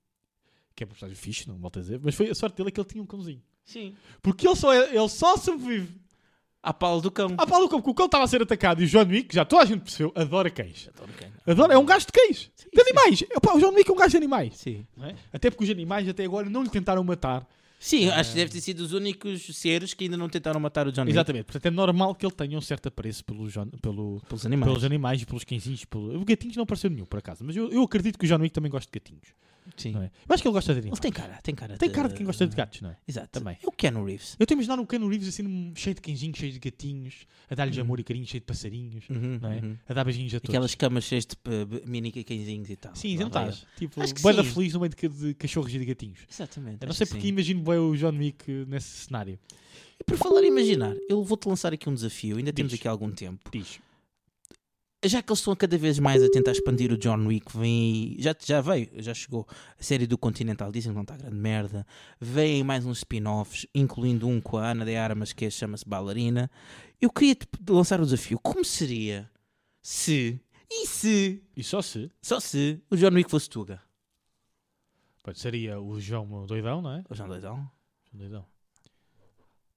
que é um personagem fixe, não volto a dizer, mas foi a sorte dele é que ele tinha um cãozinho.
Sim.
Porque ele só, é- ele só sobrevive.
A pau do cão.
Ah, pá, Luca, porque o cão estava a ser atacado e o John Wick, já toda a gente percebeu, adora cães.
Adoro cão.
Adora, é um gajo de cães. de animais. Epá, o John Wick é um gajo de animais.
Sim.
não é? Até porque os animais até agora não lhe tentaram matar.
Sim, acho que deve ter sido os únicos seres que ainda não tentaram matar o John Wick.
Exatamente. Portanto, é normal que ele tenha um certo apreço pelo, John- pelo,
Pelos animais.
pelos animais e pelos cãezinhos. Pelo... O gatinhos não apareceu nenhum, por acaso. Mas eu, eu acredito que o John Wick também gosta de gatinhos.
Sim.
não é? Eu acho que ele gosta de animais.
Ele tem cara, tem cara.
Tem cara de quem gosta de gatos, não é?
Exato.
Também.
É o Keanu Reeves.
Eu tenho imaginar um Keanu Reeves assim, num- cheio de cãezinhos, cheio de gatinhos, a dar-lhes amor e carinho, cheio de passarinhos,
Uhum,
não é?
uhum.
A dar beijinhos a todos.
Aquelas camas cheias de eh, b- mini caquenzinhos e tal.
Sim,
Lá
não
vai
estás.
ele.
Tipo,
Acho que
boeda
sim.
feliz no meio de, ca- de cachorros e de gatinhos.
Exatamente.
Eu não
acho
sei
que
porque
sim.
imagino bem o John Wick eh, nesse cenário.
E por falar em imaginar, eu vou-te lançar aqui um desafio, ainda temos
Diz.
aqui algum tempo.
Diz.
Já que eles estão cada vez mais a tentar expandir o John Wick, vem. Já, já veio, já chegou a série do Continental, dizem que não está grande merda. Vêm mais uns spin-offs, incluindo um com a Ana de Armas, que chama-se Ballerina. Eu queria te lançar o desafio. Como seria se. E se.
E só se,
Só se o John Wick fosse Tuga?
pode seria o João doidão, não é?
O John Doidão?
João doidão.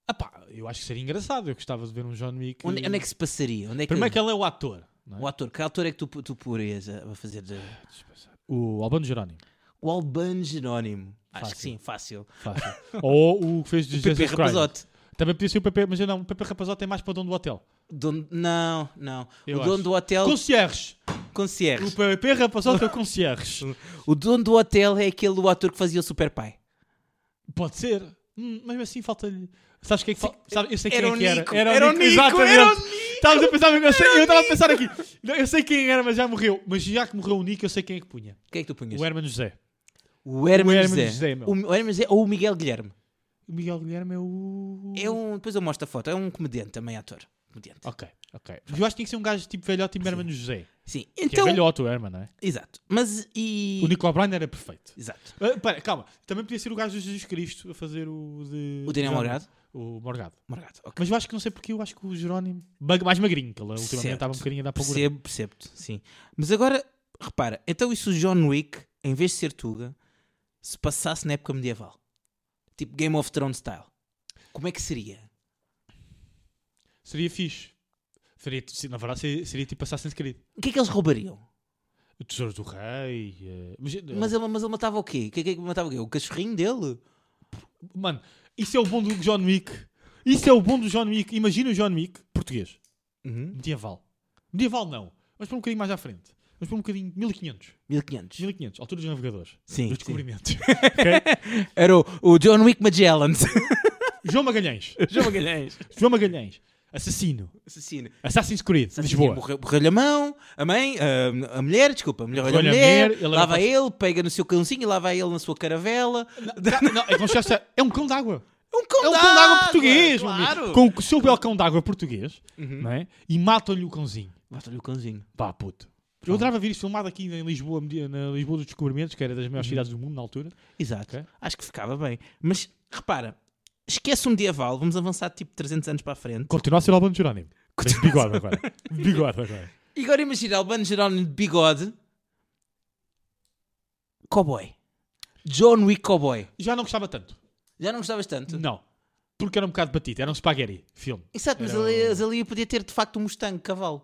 Ah pá, eu acho que seria engraçado. Eu gostava de ver um John Wick.
Onde, onde é que se passaria? Onde é que...
Primeiro que ele é o ator, não é?
O ator, que ator é que tu, tu porias a a fazer? de-
O Albano Jerónimo.
O Albano Jerónimo. Acho que sim,
Fácil.
fácil.
Fácil. Ou o que fez de
Pepe
Jesus Christ.
Rapazote.
Também podia ser o Pepe, mas eu não. O Pepe Rapazote é mais para o dono do hotel.
Dono- Não, não.
Eu
o dono
acho.
do hotel.
Concierge.
Concierge.
O Pepe Rapazote é o concierge.
O dono do hotel é aquele do ator que fazia o Super Pai.
Pode ser. Hum, mas assim falta-lhe. Sabes quem é que fal... Sabe, Eu sei quem
Era
é
o
que era.
Nico, era o Nico,
Exatamente.
era o
Estavas a pensar, eu sei- eu estava a pensar aqui. Não, Eu sei quem era, mas já morreu. Mas já que morreu o Nico, eu sei quem é que punha.
Quem é que tu punhas?
O Herman José.
O Herman,
o Herman
José.
José, meu.
o, o Herman José ou o Miguel Guilherme.
O Miguel Guilherme é o.
É um, depois eu mostro a foto. É um comediante também, ator. Comediante.
Ok, ok. Eu acho que tinha que ser um gajo tipo velhote tipo Herman José.
Sim,
Que é
então.
velhote o Herman, não é?
Exato. Mas e.
O Nico O'Brien era perfeito.
Exato.
Ah, pera, calma. Também podia ser o gajo de Jesus Cristo a fazer o de...
O Daniel
John-
Morgado?
O Morgado.
Margado. Ok.
Mas eu acho que não sei porque, eu acho que o Jerónimo... Mag- Mais magrinho, que ele ultimamente
Certo.
estava um bocadinho a dar para o gordo.
Percebo, percebo-te, sim. Mas agora, repara, então e se o John Wick, em vez de ser Tuga, se passasse na época medieval? Tipo Game of Thrones style. Como é que seria?
Seria fixe. Seria, se- na verdade, seria, seria tipo Assassin's Creed.
O que é que eles roubariam?
O Tesouro do Rei... eh, Mas,
Mas ele, mas ele matava o quê? O que é que ele matava o quê? O cachorrinho dele?
Mano, isso é o bom do John Wick. Isso é o bom do John Wick. Imagina o John Wick, português,
Uhum.
medieval. Medieval não, mas para um bocadinho mais à frente. Mas para um bocadinho... 1500.
1500.
1500, altura dos navegadores.
Sim, sim.
Dos descobrimentos.
Era o, o John Wick Magellan.
João Magalhães.
João Magalhães.
João Magalhães. Assassino.
Assassino.
Assassin's Creed, Lisboa.
Morreu- Morreu-lhe a mão, a mãe, a, a mulher, desculpa, a mulher olha a
Morreu-lhe a
mulher,
mulher, ele era
lava
fácil.
ele, um pega no seu cãozinho e lava ele na sua caravela.
Não, não, é, como se fosse- é um cão d'água.
É um cão,
É um cão d'água português, meu amigo.
claro.
Com o seu belo cão d'água português, não é? E matam-lhe o cãozinho.
Mata-lhe o cãozinho.
Pá, puto. Eu adorava ver isso filmado aqui em Lisboa, na Lisboa dos Descobrimentos, que era das maiores cidades do mundo na altura.
Exato.
Ok.
Acho que ficava bem. Mas repara, esquece o medieval, vamos avançar tipo 300 anos para a frente.
Continua a ser Albano Jerónimo. Tens bigode agora. Bigode agora.
E agora imagina Albano Jerónimo de bigode, cowboy. John Wick Cowboy.
Já não gostava tanto.
Já não gostavas tanto?
Não. Porque era um bocado batido, era um spaghetti filme.
Exato, mas
Era
ali, mas ali podia ter de facto um Mustang, cavalo.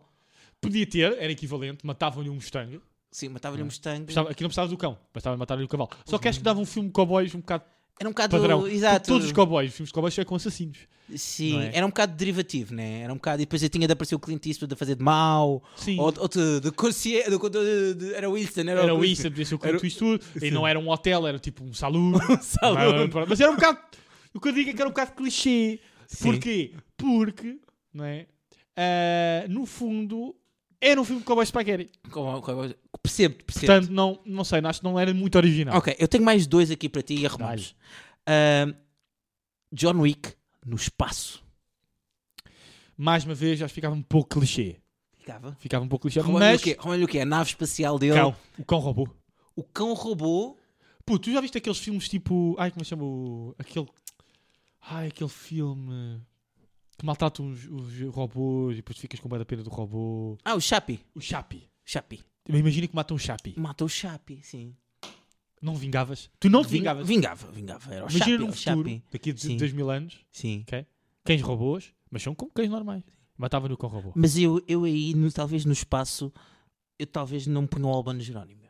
Podia ter, era equivalente, matavam-lhe um Mustang.
Sim, matava-lhe um Mustang.
Precisava- aqui não precisava do cão, bastava matar-lhe o cavalo. Só que acho que dava um filme de cowboys um bocado
Era um bocado.
padrão.
Exato.
Porque Todos os cowboys, os filmes de cowboys é com assassinos.
Sim,
não é?
era um bocado derivativo, né? Era um bocado. E depois eu tinha de aparecer o Clint Eastwood a fazer de mau.
Sim.
Ou, ou de, de consciência. De, de- de- era o Winston, era,
Era o
Winston.
Issa, podia ser o
Era
Clint
o-
Eastwood, e não era um hotel, era tipo um salão.
salão.
Mas, mas era um bocado. O que eu digo é que era um bocado clichê.
Sim.
Porquê? Porque, não é? Ah, no fundo, era um filme de cowboy spaghetti.
Como- como- Percebo, percebo.
Portanto, não, não sei, acho que não era muito original.
ok, eu tenho mais dois aqui para ti e arrumamos. Ahm, John Wick no espaço.
Mais uma vez, acho que ficava um pouco clichê.
Ficava.
Ficava um pouco clichê,
Roman-lhe
mas...
o quê? Roman-lhe o quê? A nave espacial dele.
Cão. O cão roubou.
O cão robô.
Puto, tu já viste aqueles filmes tipo... Ai, como se chama o... Aquele... Ai, aquele filme... Que maltrata os, os robôs e depois ficas com medo da pena do robô.
Ah, o Chapi. Tipo,
O Chapi.
Chapi.
Imagina que matam um Chapi.
Mata o Chapi, sim.
Não vingavas? Tu não te
Ving-
vingavas?
Vingava, vingava. Era o
Imagina
Chapi.
no
o
futuro,
Chapi.
daqui de
Sim.
2 mil anos,
Sim.
cães robôs, mas são como cães normais. Matava-no cão robô.
Mas eu, eu aí, no- talvez no espaço, eu talvez não punha o Albano Jerónimo.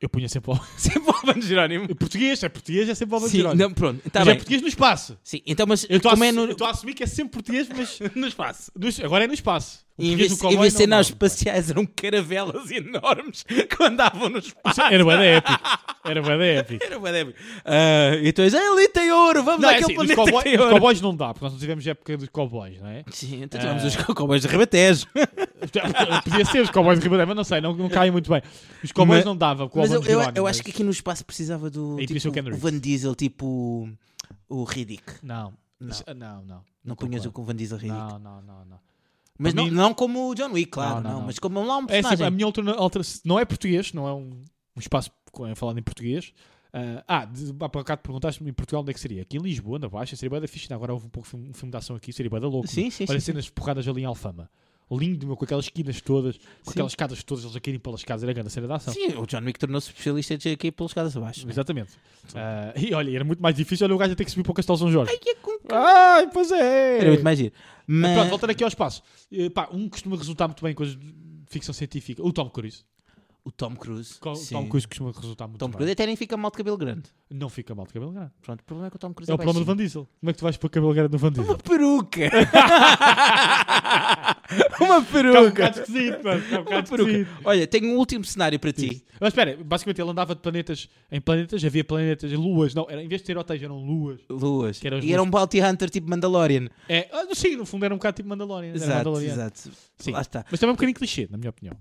Eu punha sempre... ao-
Sempre o Albano Jerónimo?
português, é português, é sempre ao
Sim,
Jerónimo.
não, pronto. Tá
mas é
bem.
português no espaço.
Sim, então, mas
Eu estou a,
como é
assu-
no,
eu estou a assumir que é sempre português, mas
no espaço?
no es- agora é no espaço. O
Em
português
vez,
do
em
cowboy
vez de ser
não
naves
dá.
espaciais, eram caravelas enormes que andavam no espaço.
Ah, Era bué da épico. Era bué da épico.
Era bué débil. Ah, e tu dizes, "Ah, ali tem ouro, vamos
Não, é
àquele
assim, dos
planeta
cowboy-
que tem
dos
ouro.
cowboys não dá, porque nós não tivemos época dos cowboys, não é?
Sim, então tivemos os cowboys de Rebatejo.
Podia ser os cowboys de Ribadé, mas não sei, não, não caem muito bem. Os cowboys
Mas-
não dava, com o
Mas eu,
Albano
eu-
Jerónimo,
eu
mas- É
acho que aqui no espaço precisava do
Aí devia ser
tipo,
o Ken
o
Reeves.
Van Diesel, tipo o Riddick.
Não,
Não.
não, não. Não,
Não punhas o
concordo.
Van Diesel Riddick.
Não, não, não, não.
Mas
Para
não,
mim-
não como o John Wick, claro, não,
Não, não, não.
mas como lá um
É assim,
personagem.
a minha alterna- alter- não é português, não é um, um espaço com- é falado em português. Ah, ah, de, há bocado perguntaste-me em Portugal onde é que seria. Aqui em Lisboa, na Baixa, seria bué da fixe. Ainda Agora houve um pouco filme- um filme de ação aqui, seria bué da louco.
Sim, sim,
Olha
sim,
cenas porradas ali em Alfama. Lindo, meu, com aquelas esquinas todas, com aquelas casas todas, eles a caírem pelas casas. Era grande a cena de ação.
Sim, o John Wick tornou-se especialista de aqui pelos caras abaixo. né?
Exatamente. Ah, e olha, era muito mais difícil. Olha, o gajo ia ter que subir para o Castelo São Jorge.
Ai, que é com-
Ai, pois é!
Era muito mais giro. Mas...
Pronto, voltando aqui ao espaço. Eh, pá, um costuma resultar muito bem em coisas de ficção científica. O Tom Cruise.
O Tom Cruise.
Co-
sim.
Tom Cruise costuma resultar muito
Tom
bem.
Cruise até nem fica mal de cabelo grande.
Não fica mal de cabelo grande.
Pronto, o problema é que o Tom Cruise
É o problema do Van
baixinho.
Diesel. Como é que tu vais pôr cabelo grande no Van Diesel?
Peruca! Uma
Está um
peruca! É
bocado esquisito, mano. Está um
Uma
bocado
peruca!
esquisito.
Olha, tenho um último cenário para ti.
Mas espera, basicamente ele andava de planetas em planetas, havia planetas em luas, não, era, em vez de ter hotéis eram luas.
Luas.
Que eram os
E era um Bounty Hunter tipo Mandalorian.
É, ah, não, sim, no fundo era um bocado tipo Mandalorian. era
Exato,
Mandalorian.
exato.
Sim.
Lá está.
Mas também é um bocadinho clichê, na minha opinião.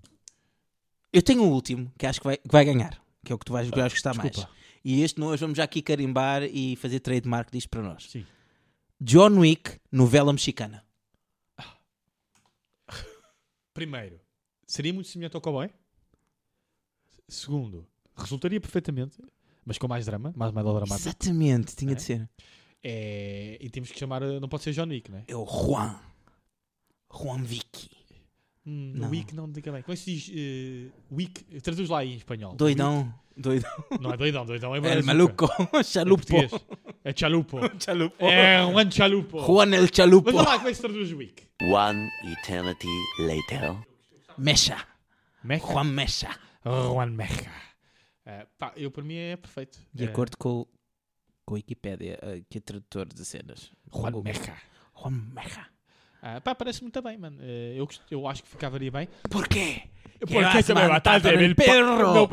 Eu tenho um último que acho que vai, que vai ganhar, que é o que tu vais, que vais gostar
desculpa.
mais. E este nós vamos já aqui carimbar e fazer trademark disto para nós.
Sim.
John Wick, novela mexicana.
Primeiro, seria muito semelhante ao cowboy? Segundo, resultaria perfeitamente, mas com mais drama, mais mais dramático.
Exatamente, tinha
É?
de ser.
É, e temos que chamar, eh, não pode ser John Wick, né?
É o Juan. Juan Vicky.
Hum,
Não.
Wick não diga bem. Como é que se diz eh, Wick? Traduz lá aí em espanhol.
Doidão. Doidão.
Wick. Não é doidão, doidão é
El
brazuca.
maluco.
É
Chalupo.
português. É chalupo.
Chalupo.
É um chalupo.
Juan el
Mas
Chalupo.
olha lá como é que se traduz Wick.
One eternity later.
Mecha.
Mecha.
Juan Mecha.
Juan Mecha. Eh, pá, eu para mim é perfeito.
De
É,
acordo com, com a Wikipédia, eh, que é tradutor de cenas.
Juan
Google.
Mecha.
Juan Mecha.
Ah, pá, parece muito bem, mano. Eh, eu, gost- eu acho que ficaria bem.
Porque
Porque se me mataste,
mi
el pa-
perro?
no.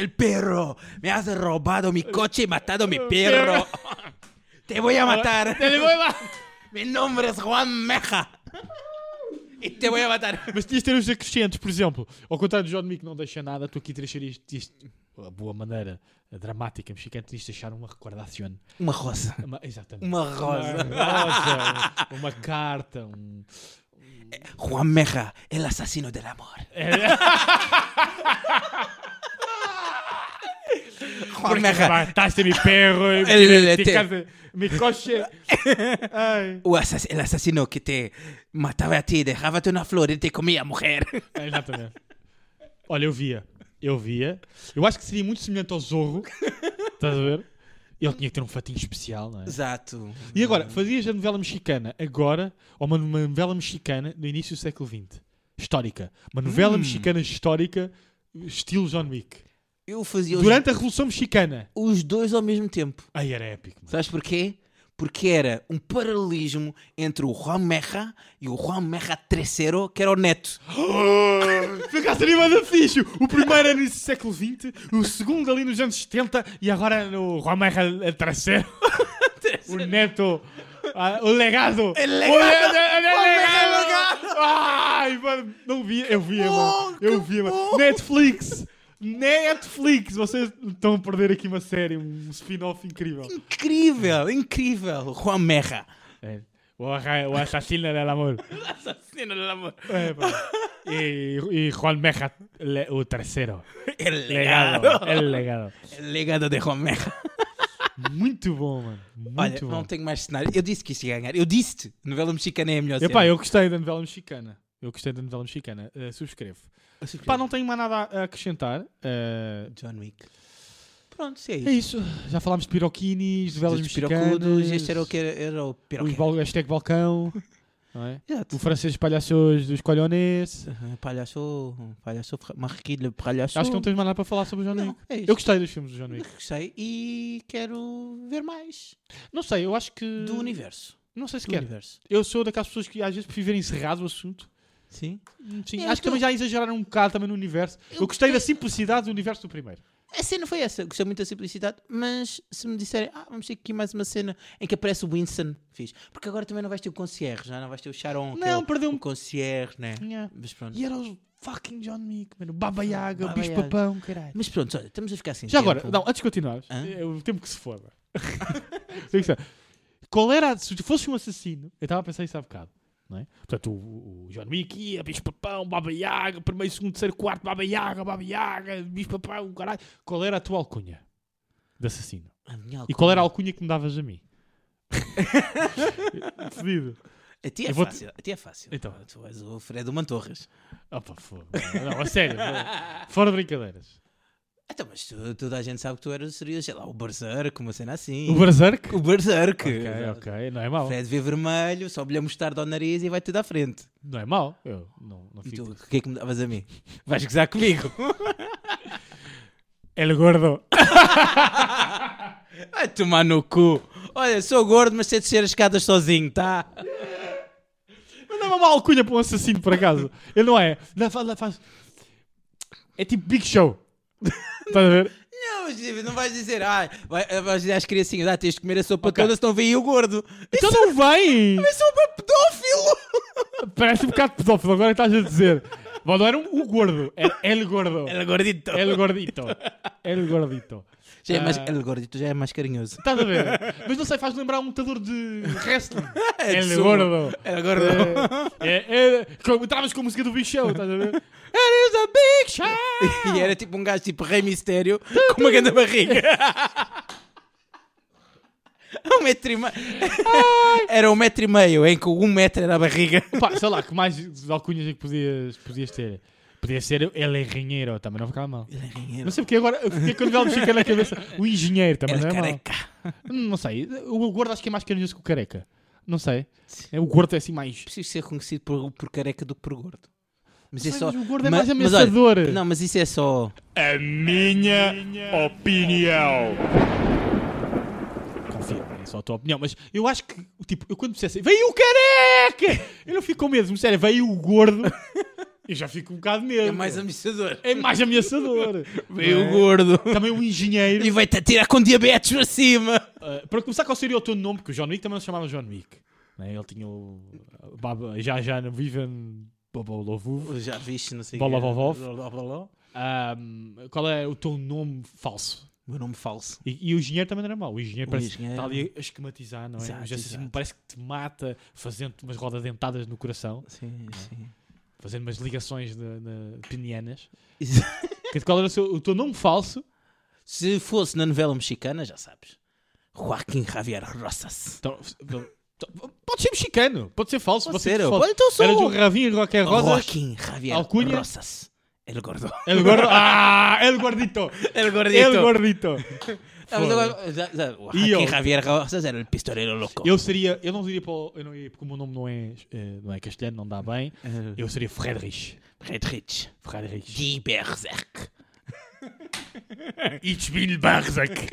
El perro. Me has robado mi coche y matado mi perro. Te voy a matar.
Te levou lá.
Mi nombre es Juan Meja. Y te voy a matar.
Mas tinhas de ter os acrescentos, por exemplo. Ao contrário do John Wick, não deixa nada. Tu aqui deixarias, tinhas, a boa maneira a dramática mexicana, tinhas de deixar uma recordação.
Uma rosa.
Uma- exatamente.
Uma rosa.
Uma, rosa, uma carta. Um...
Juan Meja, el asesino del amor.
É.
Juan Meja,
Mataste-me é perro. e
Ele- ele-
me
te-
tiraste Mi coche. Ai.
o asas- el asesino que te mataba a ti, dejábate una flor y te comía mujer.
É, exatamente. Olha, eu via. Eu via. Eu acho que seria muito semelhante ao Zorro. Estás a ver? Ele tinha que ter um fatinho especial, não é?
Exato.
E agora, fazias a novela mexicana agora, ou uma uma novela mexicana do início do século XX? Histórica. Uma novela mexicana histórica, estilo John Wick.
Eu fazia os-
Durante a Revolução Mexicana.
os dois ao mesmo tempo.
Aí era épico, mano.
Sabes porquê? Porque era um paralelismo entre o Juan Meja e o Juan Meja Terceiro, que era o neto.
Ficaste animado fixe. O primeiro era no século XX, o segundo ali nos anos 70 e agora no Romero terceiro. o neto. ah, o legado. O legado. O legado. Ai, mano. Não vi. Eu vi, mano. Eu vi, mano. Netflix. Netflix. Vocês estão a perder aqui uma série, um spin-off incrível.
Incrível, incrível. Juan Meja.
É. O, arra- o assassino del amor.
Assassino del amor.
É, pá. e, e Juan Meja, le- o terceiro.
El legado.
Legado. É legado.
El legado de Juan Meja.
Muito bom, mano. Muito
Olha,
bom.
não tenho mais cenário. Eu disse que isto ia ganhar. Eu disse-te. Novela mexicana é a melhor
Epá,
série.
eu gostei da novela mexicana. Eu gostei da novela mexicana. Eh, subscrevo. Pá, não tenho mais nada a- a acrescentar. Eh,
John Wick. Pronto, se é
é
isso.
isso. Já falámos de piroquinis, novelas
Dos
mexicanas.
pirocudos, este era o que era, era o
Os
piroqueiro.
bal hashtag balcão. não é?
Exato.
O francês palhaços dos colhones.
Ah, Palhaço, palhaço, marquilho, palhaço.
Acho que não tens mais nada para falar sobre o John
Não,
Wick.
é isto.
Eu gostei dos filmes do John Wick.
Gostei e quero ver mais
Não sei, eu acho que...
do universo.
Não sei se
Do
quero.
universo.
Eu sou daquelas pessoas que às vezes preferem encerrado o assunto.
Sim.
Sim,
Eu
acho que
tô-
também já exageraram um bocado também no universo. É, então, Eu,
Eu
gostei da
gostei-
simplicidade do universo do primeiro.
A cena foi essa. Gostei muito da simplicidade, mas se me disserem, ah, vamos ter aqui mais uma cena em que aparece o Winston, fiz. Porque agora também não vais ter o concierge, já não vais ter o Charon. que é
Não,
o-
perdeu
o
um-
concierge, né? Mas pronto.
E era o fucking John Wick, mano. O Baba Yaga, o
Baba
Bicho
Yaga.
Papão, caralho.
Mas pronto, olha, estamos a ficar sem
Já
tempo.
agora, não, antes de continuares,
Hã?
é o tempo que se foda. Tem que ser. Qual era, a- se fosse um assassino, eu estava a pensar isso há bocado, não é? Portanto, o, o John Wick, ia, Bicho Papão, Baba Yaga, primeiro, segundo, terceiro, quarto, Baba Yaga, Baba Yaga, Bicho Papão, caralho. Qual era a tua alcunha de assassino?
A minha
E qual era a
alcunha-
alcunha que me davas a mim? Fedido.
A ti é
Eu vou-te-
fácil, a ti é fácil.
Então.
Tu és o Fredo Mantorras.
Opa, foda. Não, a sério. fora- Fora de brincadeiras.
Então, mas tu, toda a gente sabe que tu eras, serias, sei lá, o Berserk, uma cena assim.
O Berserk?
O Berserk.
Ok, ok. Não é mau.
Fred vê vermelho, sobe-lhe a mostarda ao nariz e vai tudo à frente.
Não é mau. Eu não, não
E
fico.
tu, o que é que me davas a mim? Vais gozar comigo?
El é gordo.
Vai tomar no cu. Olha, sou gordo, mas sei descer as escadas sozinho, tá?
Mas não é uma má alcunha para um assassino, por acaso. Ele não é. Não, faz, não, faz- É tipo Big Show. Estás a ver?
Não, mas não vais dizer, ah, vai, vais dizer às criancinhas, ah, tens de comer a sopa
Ok.
toda, senão vem aí o gordo.
Então não
é-
vem!
Mas sou uma pedófilo!
Parece um bocado pedófilo, agora que estás a dizer. Mas não era um, o gordo, era El Gordo.
Ele gordito.
El Gordito. El Gordito.
Já é mais,
Ah.
ele gordito já é mais carinhoso.
Estás a ver? Mas não sei, faz lembrar um lutador de wrestling.
É de
El
sumo.
Gordo. Eh.
Ele gordo.
É, é, como- entravas com a música do Big Show, estás a ver? It is a Big Show!
E era tipo um gajo tipo Rei Mistério com uma grande barriga. um metro e meio. Era um metro e meio, em que um metro era a barriga.
Pá, sei lá, que mais alcunhas é que podias, podias ter? Podia ser El Engenheiro, também não ficava mal. Não sei porque agora eu fiquei com o nível mexicano na cabeça. O engenheiro também
Era
não é mal.
careca.
Não sei, o gordo acho que é mais carinhoso que o careca. Não sei. É, o gordo é assim mais.
Preciso ser reconhecido por, por careca do que por gordo. Mas
Sei,
é só.
mas o gordo é
ma-
mais
mas olha,
ameaçador.
não, mas isso é só.
A minha opinião.
Confia, é só a tua opinião. Mas eu acho que, tipo, eu quando me assim, veio o careca! Eu não fico com medo, mas, sério, veio o gordo. Eu já fico um bocado de medo.
É mais ameaçador.
É mais ameaçador.
Veio
Não
o
é?
gordo.
Também o engenheiro.
E vai-te atirar com diabetes para cima.
Uh, para começar, qual seria o teu nome? Porque o John Wick também não se chamava John Wick. Né? Ele tinha o. uh, Baba, já já no Vivian Bobolovu.
Já viste, não sei.
Bola, bola,
bola.
Um, qual é o teu nome falso?
Meu nome falso.
E, e o engenheiro também não era mau. O engenheiro
O
parece
engenheiro-
está ali a esquematizar, não é?
Exato,
Mas assim,
exato.
parece que te mata fazendo umas rodas dentadas no coração,
Sim, sim.
fazendo umas ligações de, de penianas. Que- Qual era o, seu, o teu nome falso?
Se fosse na novela mexicana, já sabes. Joaquim Javier Rosas.
Então, então, pode ser mexicano, pode ser falso,
Pode
pode, ser
ser,
falso.
pode- então sou.
Era de um ravinho qualquer rosa.
Joaquim Javier
Alcunha?
Rosas. El gordo.
El gordo. Ah, el gordito.
El gordito.
El gordito.
Ah, mas agora, já- já- o
E
Joaquim
eu?
Javier Rosas era o pistoleiro louco.
Eu seria, eu não iria para o, eu não iria, porque o meu nome não é, eh, não é castelhano, não dá bem.
Eh,
Eu seria Friedrich.
Friedrich
Friedrich.
de Berserk.
Ich bin Barzak.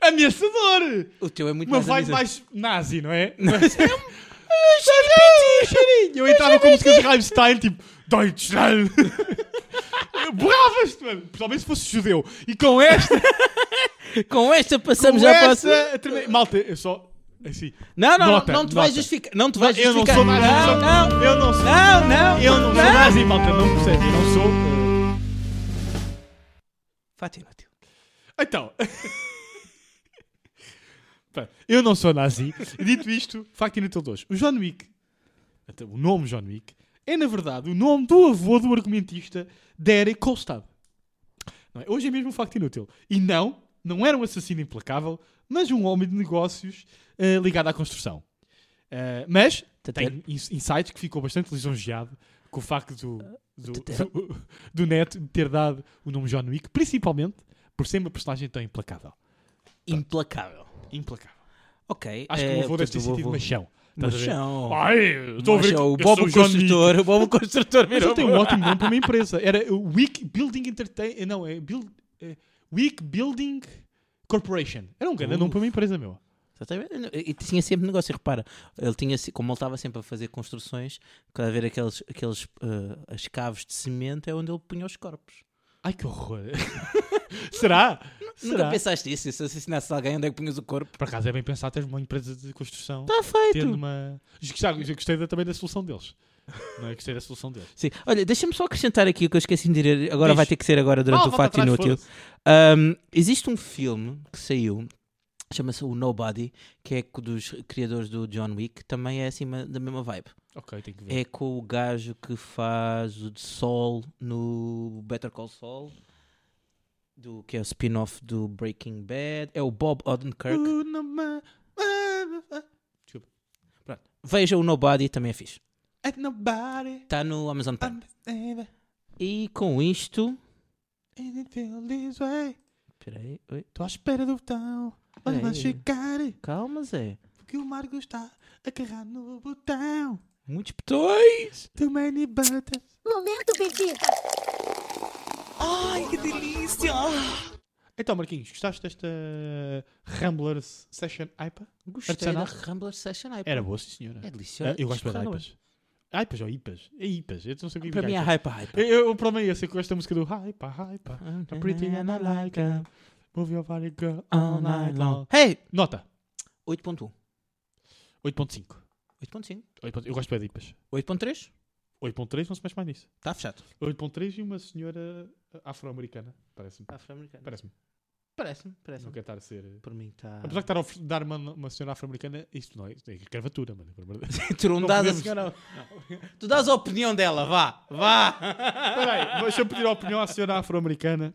Ameaçador!
O teu é muito
Uma
mais
vibe
amizade.
mais nazi, não é? Mas-
um
Ah, cheirinho! Eu
é
entrava com músicas de Rammstein, tipo Deutschland. Bravas-te, mano! Principalmente se fosse judeu. E com esta,
Com esta
com
passamos já para a próxima.
esta... treme- Malta, eu só... Assim,
Não, não,
Nota,
não te vais
nota.
justificar. Não te vais
eu não
justificar.
sou nazi. eu sou-
Não, não,
Eu não sou...
não, não.
Eu não sou nazi, malta. Não percebes. Eu não sou... eh,
Fato inútil.
Então... Pá, Eu não sou nazi. E Dito isto, facto inútil 2. O John Wick, até o nome John Wick, é na verdade o nome do avô do argumentista Derek Kolstad. Não é? Hoje é mesmo um facto inútil. E não, não era um assassino implacável, mas um homem de negócios eh, ligado à construção. Eh, mas
Tata-
tem ins- insights que ficou bastante lisonjeado com o facto do, do, do, do Neto ter dado o nome John Wick, principalmente por ser uma personagem tão implacável.
Implacável.
Implacável.
Ok. eh,
Acho que o avô deve ter sentido machão. Estás a ver?
Machão.
Ai,
Estou é O Bob o Construtor. O Bob o Construtor
Mas
virou.
ele tem um ótimo nome para uma empresa. Era o Wick Building Entertain... Não, é, build, é Wick Building Corporation. Era um grande nome para uma empresa, meu.
Estás a ver? E tinha sempre negócio, e repara, ele tinha, se- como ele estava sempre a fazer construções, cada vez aqueles, aqueles eh, as caves de cimento é onde ele punha os corpos.
Ai, que horror. Será?
Nunca
Será?
pensaste isso? Se assassinasse alguém, onde é que punhas o corpo?
Por acaso é bem pensar ter uma empresa de construção.
Está
Ter
Tá feito!
uma... Já, já gostei da- também da solução deles. Não é? Gostei da solução deles.
Sim. Olha, deixa-me só acrescentar aqui o que eu esqueci de dizer, agora
Diz.
vai ter que ser agora durante
Ah,
o
volta
fato
atrás,
inútil.
foda-se.
Um, existe um filme que saiu, chama-se O Nobody, que é co- dos criadores do John Wick, também é assim ma- da mesma vibe.
Ok, tenho que ver.
É com o gajo que faz o de Sol no Better Call Saul, do, que é o spin-off do Breaking Bad, é o Bob Odenkirk.
Uh, não ma- ma- ma-
Veja o Nobody, também é fixe.
at nobody,
Está no Amazon Prime.
Ah. baby,
E com isto...
and it feel this way.
Peraí, oi,
Estou à espera do botão, mas
Peraí.
vai chegar,
calma Zé,
porque o Marco está agarrado no botão.
muitos botões!
Too many buttons.
Momento bebida.
Ai que delícia!
Então, Marquinhos, gostaste desta Ramblers Session IPA?
Gostei
Artesanal?
da Rambler Session Hype.
Era boa, sim, senhora.
É
Ah,
delicioso.
eu gosto bem de
Espetacular.
IPAs. IPAs ou IPAs? É IPAs, eu não sei o que
Para
é
mim é
IPAs.
hype, hype.
Eu, eu, o problema é esse, é que eu gosto da música do Hypa, Hypa,
Ah,
I'm pretty and I like it. move your body girl all night long.
Hey!
Nota,
8.1.
8.5.
8.5.
8.1. Eu gosto bem de IPAs.
8.3.
8.3 não se mexe mais nisso.
Está Tá fechado.
8.3 então e uma senhora afro-americana, parece-me.
Tá, Afro-americano.
Parece-me.
Parece-me, parece-me.
Não quer estar a ser...
Por mim tá- está.
Apesar tá de estar a of- dar uma, uma senhora afro-americana, isto não é, isto é gravatura, mano. por amor de Deus.
tu não
Não
dás a
podemos-
Um senhora. Tu dás a opinião dela, vá, vá.
Peraí, deixa eu pedir a opinião à senhora afro-americana.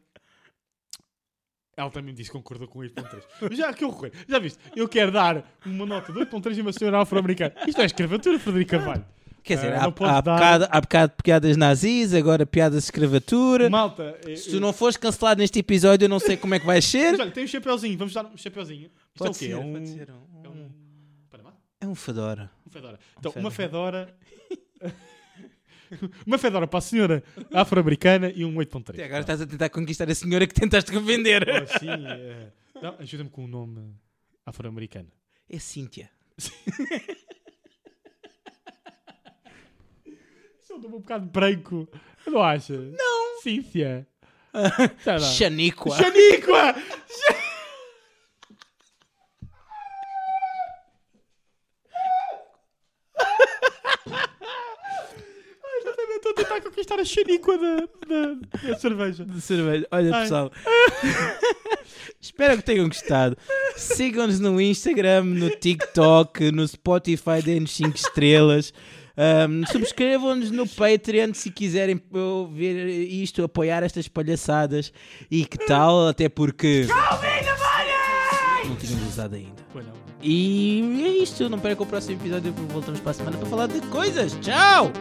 Ela também disse que concordou com 8.3. Já que eu recorro, já viste? Eu quero dar uma nota de 8.3 e uma senhora afro-americana. Isto é escravatura, Frederico Carvalho.
Quer dizer,
Ah,
há,
não posso
há,
dar-
bocado, há bocado piadas nazis, agora piadas de escravatura.
Malta, eh,
Se tu não fores cancelado neste episódio, eu não sei como é que vais
Mas
ser.
olha, tem um chapeuzinho, vamos dar um chapeuzinho. Isto é o
Pode
quê?
ser,
é um.
pode ser.
É
Um-
um. Panamá?
É um fedora.
Um fedora. Então,
fedora.
uma fedora. uma fedora para a senhora afro-americana e um 8.3.
Até agora estás a tentar conquistar a senhora que tentaste
Ou
convender.
assim, eh, não, ajuda-me com o nome afro-americano.
É Cíntia.
Isso é um nome um bocado branco. Não achas? Não. Cíntia. Sei lá.
Xaniqua.
Xaníqua! Estou a tentar conquistar a xaníqua da, da, da cerveja.
de cerveja. Olha,
Ai.
pessoal. Espero que tenham gostado. Sigam-nos no Instagram, no TikTok, no Spotify, deem-nos 5 estrelas. Ahm, Subscrevam-nos no Patreon se quiserem ver isto, apoiar estas palhaçadas. E que tal? Até porque. Não tínhamos usado ainda.
Pois não.
E é isto. Não percam o próximo episódio. Voltamos para a semana para falar de coisas. Tchau!